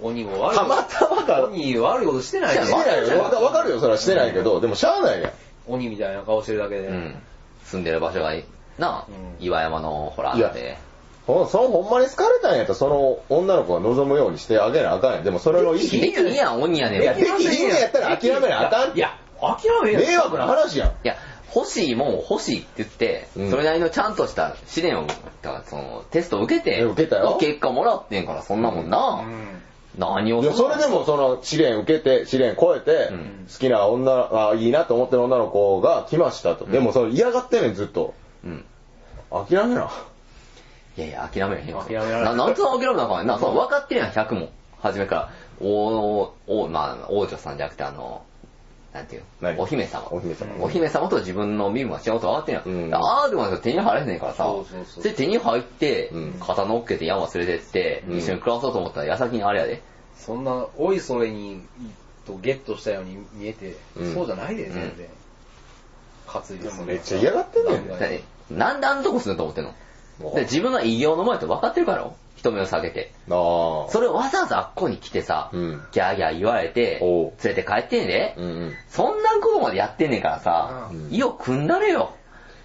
Speaker 4: 鬼も悪い。
Speaker 2: たまたまか
Speaker 4: 鬼悪いことしてない
Speaker 2: してないよ。わかわかるよ、それはしてないけど、でもしゃあないやん。
Speaker 4: 鬼みたいな顔してるだけで。
Speaker 1: うん。住んでる場所が、なあ
Speaker 4: うん、
Speaker 1: 岩山のほら、あって。
Speaker 2: ほん、そのほんまに好かれたんやったら、その女の子が望むようにしてあげなあかんやん。でもそれの意
Speaker 1: でき
Speaker 2: 識。い
Speaker 1: ひんやん、鬼やねん。
Speaker 2: や、で
Speaker 1: い
Speaker 2: きひんのやったら諦めなあかんって
Speaker 3: い。や、諦めよ。
Speaker 2: 迷惑な話やん。
Speaker 1: や、欲しいもんを欲しいって言って
Speaker 2: うん、
Speaker 1: それなりのちゃんとした試練を、だからその、テストを受けて、
Speaker 2: 受けたよ
Speaker 1: 結果もらってんから、そんなもんな。何を
Speaker 2: いや、それでもその試練受けて、試練超えて
Speaker 1: う、
Speaker 2: 好きな女、あいいなと思ってる女の子が来ましたと。
Speaker 1: ん
Speaker 2: でもその嫌がってんねん、ずっと。
Speaker 1: うん。
Speaker 2: 諦めな。
Speaker 1: いやいや、諦めへんわ。
Speaker 3: 諦められへ
Speaker 1: なんなんつうの諦めなあかんねんな。そう、分かってるやん、100も。初めから。王、王、まあ、王女さんじゃなくて、あの、なんていう
Speaker 2: 何
Speaker 1: お姫様。
Speaker 2: お姫様
Speaker 1: お姫様と自分の身分は違うと分かってんやん。
Speaker 2: うん
Speaker 1: だからあーでも手に入れへんねんからさ。
Speaker 4: そうそうそう
Speaker 1: で、手に入って
Speaker 2: うん、
Speaker 1: 肩乗っけて山連れてって、
Speaker 2: うん
Speaker 1: 一緒に暮らそうと思ったら矢先にあれやで。
Speaker 4: そんな、おいそれに、とゲットしたように見えて、
Speaker 2: うん
Speaker 4: そうじゃないで、全然。勝つで
Speaker 2: めっちゃ嫌がってんねん
Speaker 1: だってなんであんなとこすると思ってんの
Speaker 2: もう
Speaker 1: で、自分の異形の前と分かってるからよ。人目を避けて。
Speaker 2: なあ。
Speaker 1: それをわざわざあっこに来てさ、
Speaker 2: うん
Speaker 1: ギャーギャー言われて、
Speaker 2: おう
Speaker 1: 連れて帰ってんで、
Speaker 2: うんうん。
Speaker 1: そんなことまでやってんねんからさ
Speaker 4: う、
Speaker 1: 意を組んだれよ。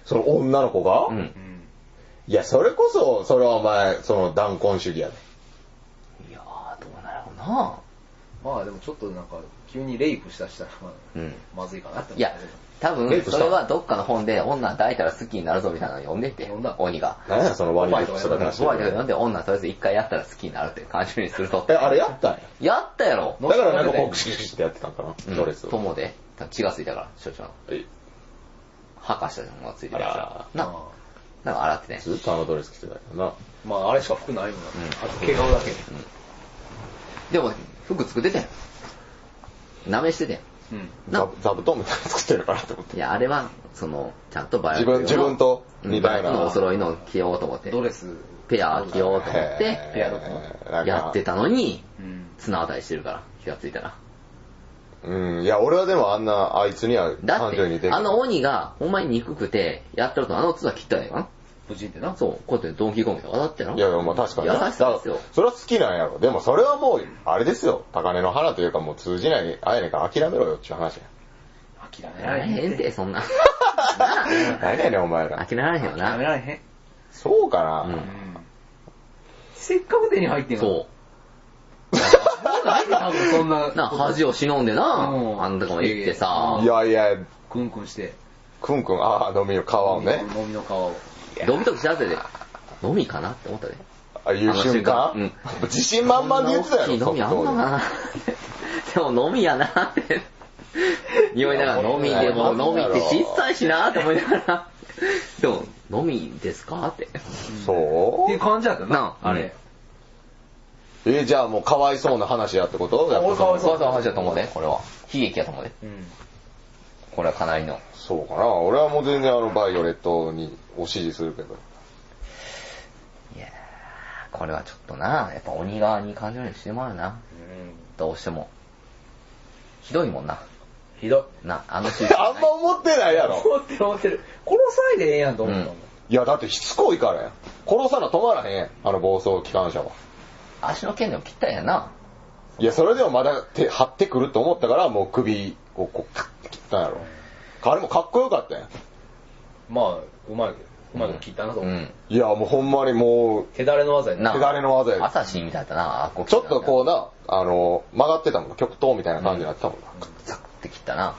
Speaker 2: その女の子が、
Speaker 1: うん
Speaker 4: う。ん。
Speaker 2: いや、それこそ、それはお前、その断根主義やで。
Speaker 1: いやー、どうなるろうな
Speaker 4: まあでもちょっとなんか、急にレイプしたしたら、まあ
Speaker 1: うん。
Speaker 4: まずいかなって思
Speaker 1: いや
Speaker 4: ったけど。、
Speaker 1: 多
Speaker 2: レイ
Speaker 1: 分、
Speaker 2: プした
Speaker 1: それはどっかの本で女抱いたら好きになるぞみたいなの読んでて
Speaker 4: 読んだ、
Speaker 1: 鬼が。
Speaker 2: 何や、そのワニとクス
Speaker 4: う
Speaker 2: だ
Speaker 4: ん
Speaker 1: ホワ
Speaker 2: 話
Speaker 1: イトが読んで女とりあえず一回やったら好きになるっていう感じにすると
Speaker 2: え、。あれやったんや。
Speaker 1: やったやろ。
Speaker 4: の
Speaker 2: だからなんかこう、クシクシクシってやってたんかな、ドレスを。
Speaker 1: 友で、多分血がついたから、少々の。
Speaker 2: え
Speaker 1: 吐かしたのがついてる
Speaker 2: あ
Speaker 1: やつだな、
Speaker 4: ま
Speaker 1: なんか洗ってね。
Speaker 2: ずっとあのドレス着てたよな。
Speaker 4: あまあ、あれしか服ないもんな。
Speaker 1: ん
Speaker 4: あと、毛皮だけ。
Speaker 1: でも、服作ってたよ。舐めしてたよ。
Speaker 4: うん。
Speaker 1: な
Speaker 2: 座座布団みたいなの作ってるかなと思って。
Speaker 1: いや、あれは、その、ちゃんとバイ
Speaker 2: 自分、自分と
Speaker 1: 似
Speaker 2: 似
Speaker 1: た
Speaker 2: た
Speaker 1: よ
Speaker 2: よ
Speaker 1: う
Speaker 2: う
Speaker 1: な。
Speaker 2: な。
Speaker 1: お揃いの着ようと思って、
Speaker 4: ドレス。
Speaker 1: ペア着ようと思っ
Speaker 2: へー
Speaker 1: て、
Speaker 4: ペアロ
Speaker 2: なんか
Speaker 1: やってたのに、
Speaker 4: うん。
Speaker 1: 綱渡りしてるから、気がついたら。
Speaker 2: うん、いや、俺はでもあんな、あいつには
Speaker 1: だっ
Speaker 2: 感情に似て
Speaker 1: て、
Speaker 2: る。
Speaker 1: あの鬼が、ほんまに憎くて、やったことあの綱切ったらええか
Speaker 4: 無人って
Speaker 1: な。
Speaker 4: な。
Speaker 1: そう、こうやってドンキーコングで渡ってやろ。
Speaker 2: いや、でもまあ確かに。
Speaker 1: 優
Speaker 2: だ
Speaker 1: しさですよ
Speaker 2: から。それは好きなんやろ。でもそれはもう、あれですよ。高根の花というかもう通じない、あやねんから諦めろよっていう話 や。
Speaker 4: 諦め
Speaker 1: や
Speaker 4: ら
Speaker 1: ら
Speaker 4: れ
Speaker 1: れ
Speaker 4: へ
Speaker 1: へ
Speaker 4: ん
Speaker 1: ん
Speaker 4: って。
Speaker 1: て、そん な。
Speaker 2: 何やねんお前ら。
Speaker 1: 諦められへんよ
Speaker 4: 諦め
Speaker 1: な。
Speaker 4: られへん。
Speaker 2: そうか
Speaker 1: う
Speaker 2: なん
Speaker 4: せっかく手に入ってんの。。
Speaker 1: そう
Speaker 4: もうないで、多分そん
Speaker 1: う。な、
Speaker 4: な。
Speaker 1: 恥を忍んでな、
Speaker 4: うん
Speaker 1: あんたかも言ってさ
Speaker 4: う
Speaker 2: い、やいや、
Speaker 4: くんくんして。
Speaker 2: くんくん、ああ、飲みの皮をね、
Speaker 4: 飲みの皮を。
Speaker 1: ドキドキしちゃってて、のみかなって思ったで。
Speaker 2: あ言う瞬間
Speaker 1: あの瞬、
Speaker 2: 自信満々で言ってたやろ、
Speaker 1: こんな大きい飲みあんのかなでも飲みやなって。匂いながら飲みでも飲みって小さいしなって思いながら。でも、のみですかって。
Speaker 2: そ
Speaker 4: っていう
Speaker 2: う
Speaker 4: 感じやったな
Speaker 1: な、あれ。
Speaker 2: え、じゃあもうかわいそうな話やってこと
Speaker 3: あ俺かわい
Speaker 1: そうそう、話だと思うで、これは。悲劇やと思うで。
Speaker 4: うん。
Speaker 1: これはかなりの。
Speaker 2: そうかな。俺はもう全然あの、バイオレットにお支持するけど。
Speaker 1: いやー、これはちょっとな、やっぱ鬼側に感じるようにしてもらうな。どうしても。ひどいもんな。
Speaker 4: ひど
Speaker 1: な、あの集中。
Speaker 2: あんま思ってないや
Speaker 4: い。
Speaker 2: ろ。
Speaker 4: 思ってる思ってる。殺さないでええやんと思ったもん。
Speaker 2: いや、だってしつこいからやん。殺さな止まらへんやん。あの暴走機関車は。
Speaker 1: 足の剣でも切ったんやな。
Speaker 2: いや、それでもまだ手、張ってくると思ったから、もう首をこう、カッて切ったんやろ。彼もかっこよかったやん。
Speaker 4: まあ、うまい、うまいこと聞いたなと
Speaker 1: う
Speaker 4: 思う。
Speaker 1: ん。
Speaker 2: いや、もうほんまにも
Speaker 4: 手だれの技や
Speaker 1: な
Speaker 2: 手だれの技や
Speaker 1: 朝シーンみたいだったな、あ
Speaker 2: う、ちょっとこうな、あの、曲がってたもんな。極東みたいな感じになってたもんな。
Speaker 1: う、ザクって切ったな。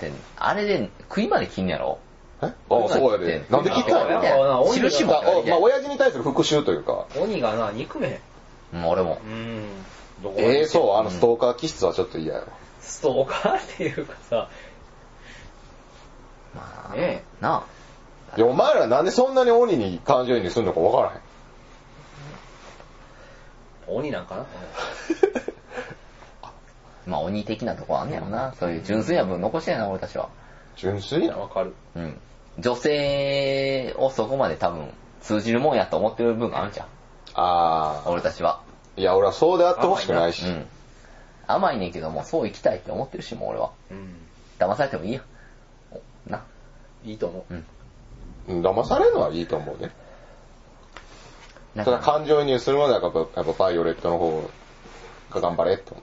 Speaker 1: で、あれで、食いまで切んやろ
Speaker 2: えあ、そうやで。なんで切ったん
Speaker 4: な
Speaker 2: やろ
Speaker 4: んかな鬼が
Speaker 1: 印も
Speaker 2: だ
Speaker 1: あった
Speaker 2: お
Speaker 1: り
Speaker 2: まあ、
Speaker 1: で
Speaker 2: 親父に対する復讐というか、
Speaker 4: 鬼がな、憎めへん。
Speaker 1: うん、俺も
Speaker 4: う。ん。どこまで
Speaker 2: ええそう、あのストーカー気質はちょっと嫌やわ。
Speaker 4: ストーカーっていうかさ、
Speaker 1: まあ、
Speaker 4: ね
Speaker 1: なあ。
Speaker 2: いや、お前らなんでそんなに鬼に感情移入するのかわからへん。
Speaker 4: 鬼なんかな
Speaker 1: まあ鬼的なとこあんねやろな。そういう純粋な部分残してやな、俺たちは。
Speaker 2: 純粋な。
Speaker 4: わかる。
Speaker 1: うん。女性をそこまで多分通じるもんやと思ってる部分があるじゃん。
Speaker 2: あー。
Speaker 1: 俺たちは。
Speaker 2: いや、俺はそうであってほしくないし
Speaker 1: う。ん。甘いねんけども、そう生きたいって思ってるし、もう俺は。
Speaker 4: うん。
Speaker 1: 騙されてもいいや。おな。
Speaker 4: いいと思う。
Speaker 1: うん。
Speaker 2: うん騙されるのはいいと思うね。
Speaker 1: なん
Speaker 2: ただ
Speaker 1: か、
Speaker 2: 感情移入するまではやっぱ、やっぱバイオレットの方が頑張れって思。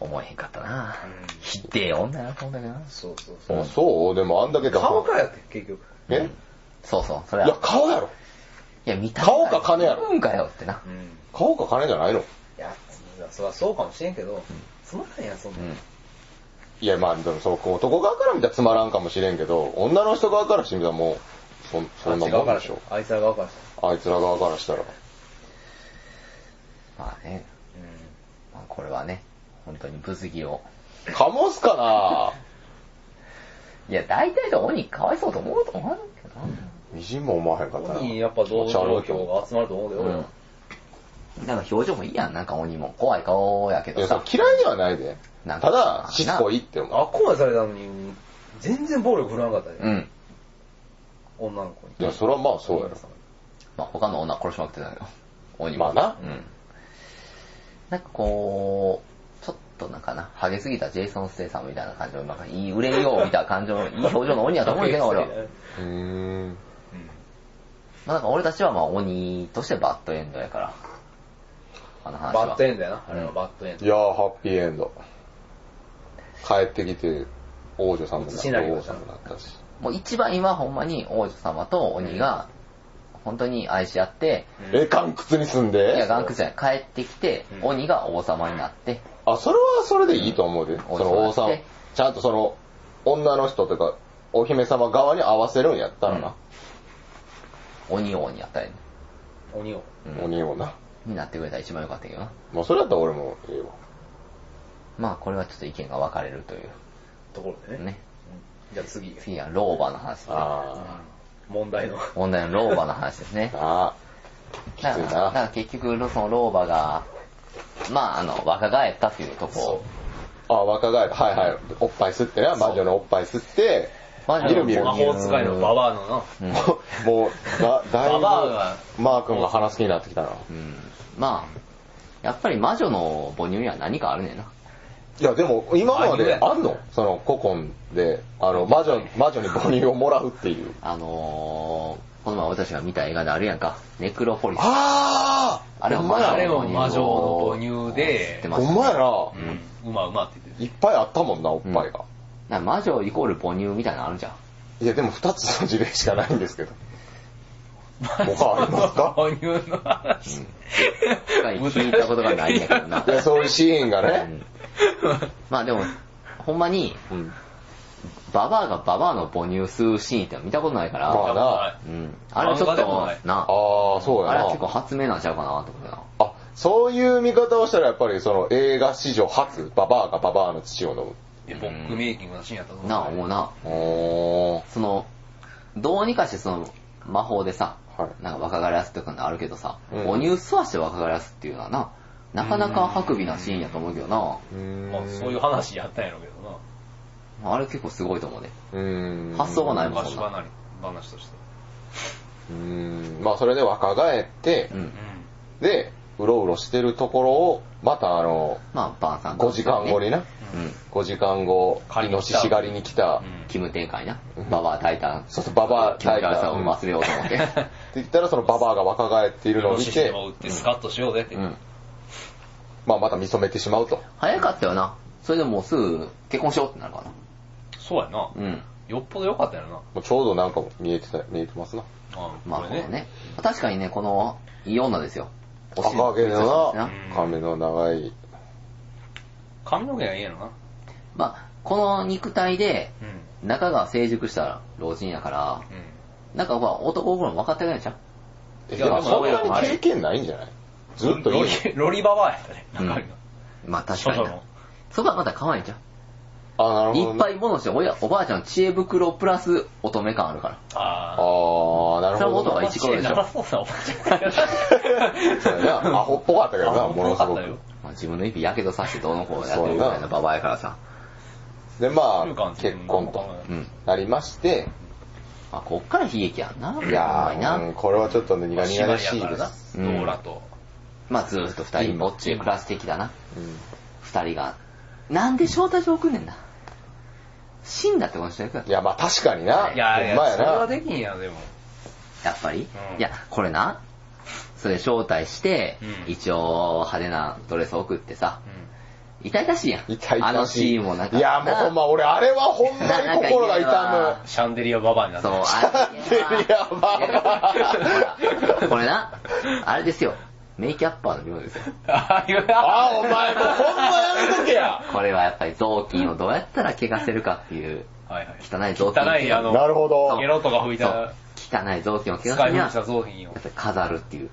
Speaker 1: 思えへんかったな
Speaker 4: うん。
Speaker 1: ひでえ女やなと思ったけどな。
Speaker 4: そうそうそう
Speaker 2: あそうでもあんだけ
Speaker 4: う。顔か
Speaker 2: や。
Speaker 4: やって、結局。
Speaker 2: え
Speaker 1: そうそう、それ
Speaker 2: いや
Speaker 1: は、。
Speaker 2: 顔やろ。
Speaker 1: いや、見た
Speaker 2: 顔か金やろ
Speaker 1: うんかよってな
Speaker 4: う。ん。
Speaker 2: 顔か金じゃないの
Speaker 4: いや、そりゃそうかもしれんけど、つまらんやん、そん
Speaker 1: う。
Speaker 4: なん
Speaker 2: いや、まあ、でもそう、男側から見たらつまらんかもしれんけど、女の人側からしてみたらもう、そんそんな
Speaker 4: あっち側
Speaker 2: もん
Speaker 4: から
Speaker 2: で
Speaker 4: し
Speaker 2: しょ
Speaker 4: ょ。。あいつら側からし
Speaker 2: あいつら側からしたら。
Speaker 1: まあね、
Speaker 4: ょ。うん。
Speaker 1: まあ、これはね、本当に物議を。
Speaker 2: かもすか ない
Speaker 1: や、大体の鬼かわいそうと思うと思わんけどな。
Speaker 2: みじんも思わへんかったな。
Speaker 4: 鬼にやっぱ同情票が集まると思うけど、俺は
Speaker 1: なんか表情もいいやん、なんか鬼も。怖い顔やけ
Speaker 2: い
Speaker 1: ど
Speaker 2: や、そ
Speaker 1: さ
Speaker 2: う。嫌いではないで。
Speaker 1: な
Speaker 2: た
Speaker 1: んか
Speaker 2: だ、しつこいって
Speaker 4: あ
Speaker 2: 思
Speaker 4: っこまでされたのに、全然暴力振らなかったね、
Speaker 1: うん。
Speaker 4: 女の子に
Speaker 2: う。い。や、それはまあそうやろ。
Speaker 1: まあ他の女は殺しまくってたよ。鬼
Speaker 2: ま
Speaker 1: も。
Speaker 2: あな
Speaker 1: うん。なんかこう、ちょっとなんかな、ハゲすぎたジェイソン・ステイさんみたいな感じの、なんかいい売れようみたいな感情、いい表情の鬼やと思うけ ど、俺は。
Speaker 2: うーん。
Speaker 1: まあなんか俺たちはまあ鬼としてバッドエンドやから。あの話は。
Speaker 4: バッドエンドやな、あれ
Speaker 1: う
Speaker 4: は
Speaker 1: ん
Speaker 4: バッドエンド
Speaker 2: い。やー、ハッピーエンド。帰ってきて、王女様になっ
Speaker 4: シ
Speaker 2: た
Speaker 4: ナリオ
Speaker 2: 王様になったし。
Speaker 1: もう一番今ほんまに王女様と鬼が、本当に愛し合って、
Speaker 4: うん
Speaker 2: え、岩窟に住ん
Speaker 1: いや、
Speaker 2: で
Speaker 1: ガンクじゃない、帰ってきて、
Speaker 4: うん
Speaker 1: 鬼が王様になって、
Speaker 2: あ、それはそれでいいと思うで。
Speaker 1: ん
Speaker 2: その
Speaker 1: 王
Speaker 2: 王
Speaker 1: 様
Speaker 2: 様
Speaker 1: って。
Speaker 2: ちゃんとその、女の人とか、お姫様側に合わせるんやったらな。
Speaker 1: 鬼王にやったり、
Speaker 4: 鬼を。
Speaker 1: うん
Speaker 2: 鬼をな。
Speaker 1: になってくれたら一番良かったけどな。
Speaker 2: もうそれやったら俺もええわ。
Speaker 1: まあ、これはちょっと意見が分かれるという。
Speaker 4: ところでね。
Speaker 1: ね。
Speaker 4: じゃあ次、
Speaker 1: 次は老婆の話ですね。
Speaker 2: あ
Speaker 4: 問題の。
Speaker 1: 問題の老婆の話ですね
Speaker 2: ー。。なあ。きつい
Speaker 1: だからだか
Speaker 2: な。
Speaker 1: ら結局、その老婆が、まあ、あの、若返ったというとこ
Speaker 2: あ、若返った。はいはい。おっぱい吸ってな。魔女のおっぱい吸って、
Speaker 1: 魔女の
Speaker 2: みるみる
Speaker 4: 魔。法使いのババアのな。
Speaker 1: うん
Speaker 2: もう、もうだ、だい
Speaker 4: バ
Speaker 2: ぶ、
Speaker 4: バアが
Speaker 2: マー君が話す気になってきたな。
Speaker 1: うん。まあ、やっぱり魔女の母乳には何かあるねんな。
Speaker 2: いや、でも、今まで
Speaker 4: 何が
Speaker 2: あんのその、古今で、あの、魔女、魔女に母乳をもらうっていう。
Speaker 1: あのー、この前私が見た映画であるやんか、ネクロポリス。
Speaker 2: あー
Speaker 1: あれは
Speaker 2: ほんまや
Speaker 4: あれも魔女の母乳
Speaker 1: 知っ
Speaker 4: で
Speaker 1: て、ま
Speaker 2: ほ
Speaker 1: す
Speaker 2: んまや
Speaker 1: う。
Speaker 2: な
Speaker 1: ん。
Speaker 4: うまうまって言ってる。
Speaker 2: いっぱいあったもんな、おっぱいが。
Speaker 1: なんか魔女イコール母乳みたいなのあるじゃん。
Speaker 2: いや、でも二つの事例しかないんですけど。他あります か
Speaker 4: 魔女の母乳の話。
Speaker 1: 聞いたことがないんやけど な。
Speaker 2: いや、そういうシーンが
Speaker 1: う
Speaker 2: ね
Speaker 1: ん。まあでも、ほんまに、
Speaker 2: うん。
Speaker 1: ババアがババアの母乳吸うシーンって見たことないから、
Speaker 2: まあな。
Speaker 1: うん。あれちょっ
Speaker 4: 漫画でもない
Speaker 1: と、な、
Speaker 2: ああ、そうや
Speaker 1: あれは結構
Speaker 2: な。
Speaker 1: 発明なんちゃうかなと思うな。
Speaker 2: あ、そういう見方をしたらやっぱりその映画史上初、ババアがババアの父を飲む。
Speaker 4: で、ボックメイキングのシーンやったと思う。
Speaker 1: なあ、思うな。
Speaker 2: おー。
Speaker 1: その、どうにかしてその魔法でさ、
Speaker 2: はい
Speaker 1: なんか若返らすとかのあるけどさ、
Speaker 2: うん
Speaker 1: お乳吸わして若返らすっていうのはな、なかなか白美なシーンやと思うけどな、
Speaker 2: うーん
Speaker 3: まあ、そういう話やったんやろうけどな。
Speaker 1: あれ結構すごいと思うね。
Speaker 2: うーん
Speaker 1: 発想がないもん
Speaker 3: 昔話話として。
Speaker 2: うーんまあそれで若返って、
Speaker 1: うん。
Speaker 3: う
Speaker 2: でうろうろしてるところをまたあの
Speaker 1: まあ、バーンさん
Speaker 2: 5時間後にな、
Speaker 1: うん。
Speaker 2: 5時間後
Speaker 3: 狩
Speaker 2: イ
Speaker 3: り
Speaker 2: ノ
Speaker 3: に来
Speaker 2: シ
Speaker 3: た
Speaker 2: シ狩りに来た、
Speaker 3: ん。うん
Speaker 1: 気分転換やな。ババア大胆。
Speaker 2: そうそうババア
Speaker 1: 気持
Speaker 2: 大胆
Speaker 1: ち悪さを忘れようと思って。
Speaker 2: って言ったらそのババアが若返っているのを見
Speaker 3: システ
Speaker 2: て
Speaker 3: ム、を打ってスカッとしようぜって。
Speaker 1: うん。
Speaker 2: まあまた見染めてしまうと。
Speaker 1: 早かったよな。それでもうすぐ結婚しようってなるか
Speaker 3: そうや
Speaker 1: ら
Speaker 3: な。
Speaker 1: な。うん。
Speaker 3: よっぽど良かったよな。
Speaker 2: もうちょうどなんか見えてた、見えてますな。
Speaker 3: あ
Speaker 1: まあ、
Speaker 3: こ
Speaker 1: こ
Speaker 3: れ
Speaker 1: の。ね。確かにね、この、いい女ですよ。お尻
Speaker 2: 赤毛の
Speaker 1: そう
Speaker 2: な
Speaker 1: ですね、
Speaker 2: 髪の長い。
Speaker 3: 髪の毛がいいやろな。
Speaker 1: まあ、この肉体で、
Speaker 3: うん。
Speaker 1: 中が成熟した老人やから、
Speaker 3: う
Speaker 1: なんかまあ男心も分かってないじゃん。
Speaker 2: え、
Speaker 3: い
Speaker 2: で
Speaker 3: や
Speaker 2: も
Speaker 3: でも
Speaker 2: そんなに経験ないんじゃないずっ
Speaker 3: ん。
Speaker 2: といい
Speaker 3: ロ
Speaker 2: の
Speaker 3: リ、ロリババアやったね。
Speaker 1: うん
Speaker 3: 中身が。
Speaker 1: まあ確かに
Speaker 3: 初
Speaker 1: な
Speaker 3: の。
Speaker 1: そこはまた可愛いじゃん。
Speaker 2: あ、なるほど
Speaker 1: い
Speaker 2: ね。
Speaker 1: っぱい物して、おや、おばあちゃんの知恵袋プラス乙女感あるから。
Speaker 2: あ
Speaker 3: あ
Speaker 2: ー、なるほ
Speaker 1: それは元
Speaker 2: ど
Speaker 1: が
Speaker 2: ね。
Speaker 1: 一頃で しょ
Speaker 3: 長そうなおばちゃんや
Speaker 2: そうやな、アホっぽかったけどな、
Speaker 3: アホっぽ
Speaker 2: ものす
Speaker 3: か
Speaker 2: ご
Speaker 3: ったよ
Speaker 2: く。
Speaker 1: まあ、自分の指やけどさしてどうのこうやってるぐらいのババアやからさ。
Speaker 2: で、ま
Speaker 3: 中
Speaker 2: あ
Speaker 3: 間、
Speaker 2: 結婚と
Speaker 1: うん。
Speaker 2: なりまして、
Speaker 1: まあ、こっから悲劇やんな。
Speaker 2: い
Speaker 1: ほん
Speaker 2: や
Speaker 1: まに
Speaker 2: ー、うん
Speaker 1: な。
Speaker 2: これはちょっとね、苦
Speaker 3: 芝
Speaker 2: 々
Speaker 3: 居
Speaker 2: しい
Speaker 3: やから
Speaker 2: で
Speaker 3: な。
Speaker 2: す。
Speaker 3: ローラと。
Speaker 1: まあ、ずーっと二人ぼっちで暮らしてきたな。
Speaker 2: うん
Speaker 1: 二人が。なんで招待状送んねんな。死んだってこの人やくや
Speaker 2: いや、まあ確かにな。
Speaker 3: いやい
Speaker 2: ほんま
Speaker 3: や、それは
Speaker 2: な。
Speaker 3: できんや、でも。
Speaker 1: っぱり、
Speaker 3: うん
Speaker 1: いや、これな。それ招待して、
Speaker 3: うん
Speaker 1: 一応派手なドレス送ってさ。
Speaker 3: う
Speaker 1: 痛々しいやん。
Speaker 2: 痛い
Speaker 1: あのシーンもなんか。
Speaker 2: いや、もうほんま、俺、あれはほんまに心が痛
Speaker 3: ん。シャンデリアババアにな
Speaker 1: な
Speaker 3: っ
Speaker 1: ん
Speaker 3: た
Speaker 1: か。そう、
Speaker 2: む
Speaker 1: あ。
Speaker 2: テリア
Speaker 1: ほ ら
Speaker 2: バ
Speaker 1: これな、あれですよ。メイキャッパーの妙ですよ。
Speaker 3: あ、言うな
Speaker 2: あ、お前もうほんまやめとけ や。
Speaker 1: これはやっぱり雑巾をどうやったら汚せるかっていう、
Speaker 3: はいはい。
Speaker 1: 汚い雑巾。
Speaker 3: 汚い、あの、
Speaker 2: なるほど
Speaker 3: ゲ。ロとか吹い
Speaker 1: そ
Speaker 3: た
Speaker 1: う、汚い雑巾を汚すに
Speaker 3: 使
Speaker 1: は、
Speaker 3: い
Speaker 1: や
Speaker 3: 古し
Speaker 1: った
Speaker 3: 造品を
Speaker 1: ぱり飾るっていう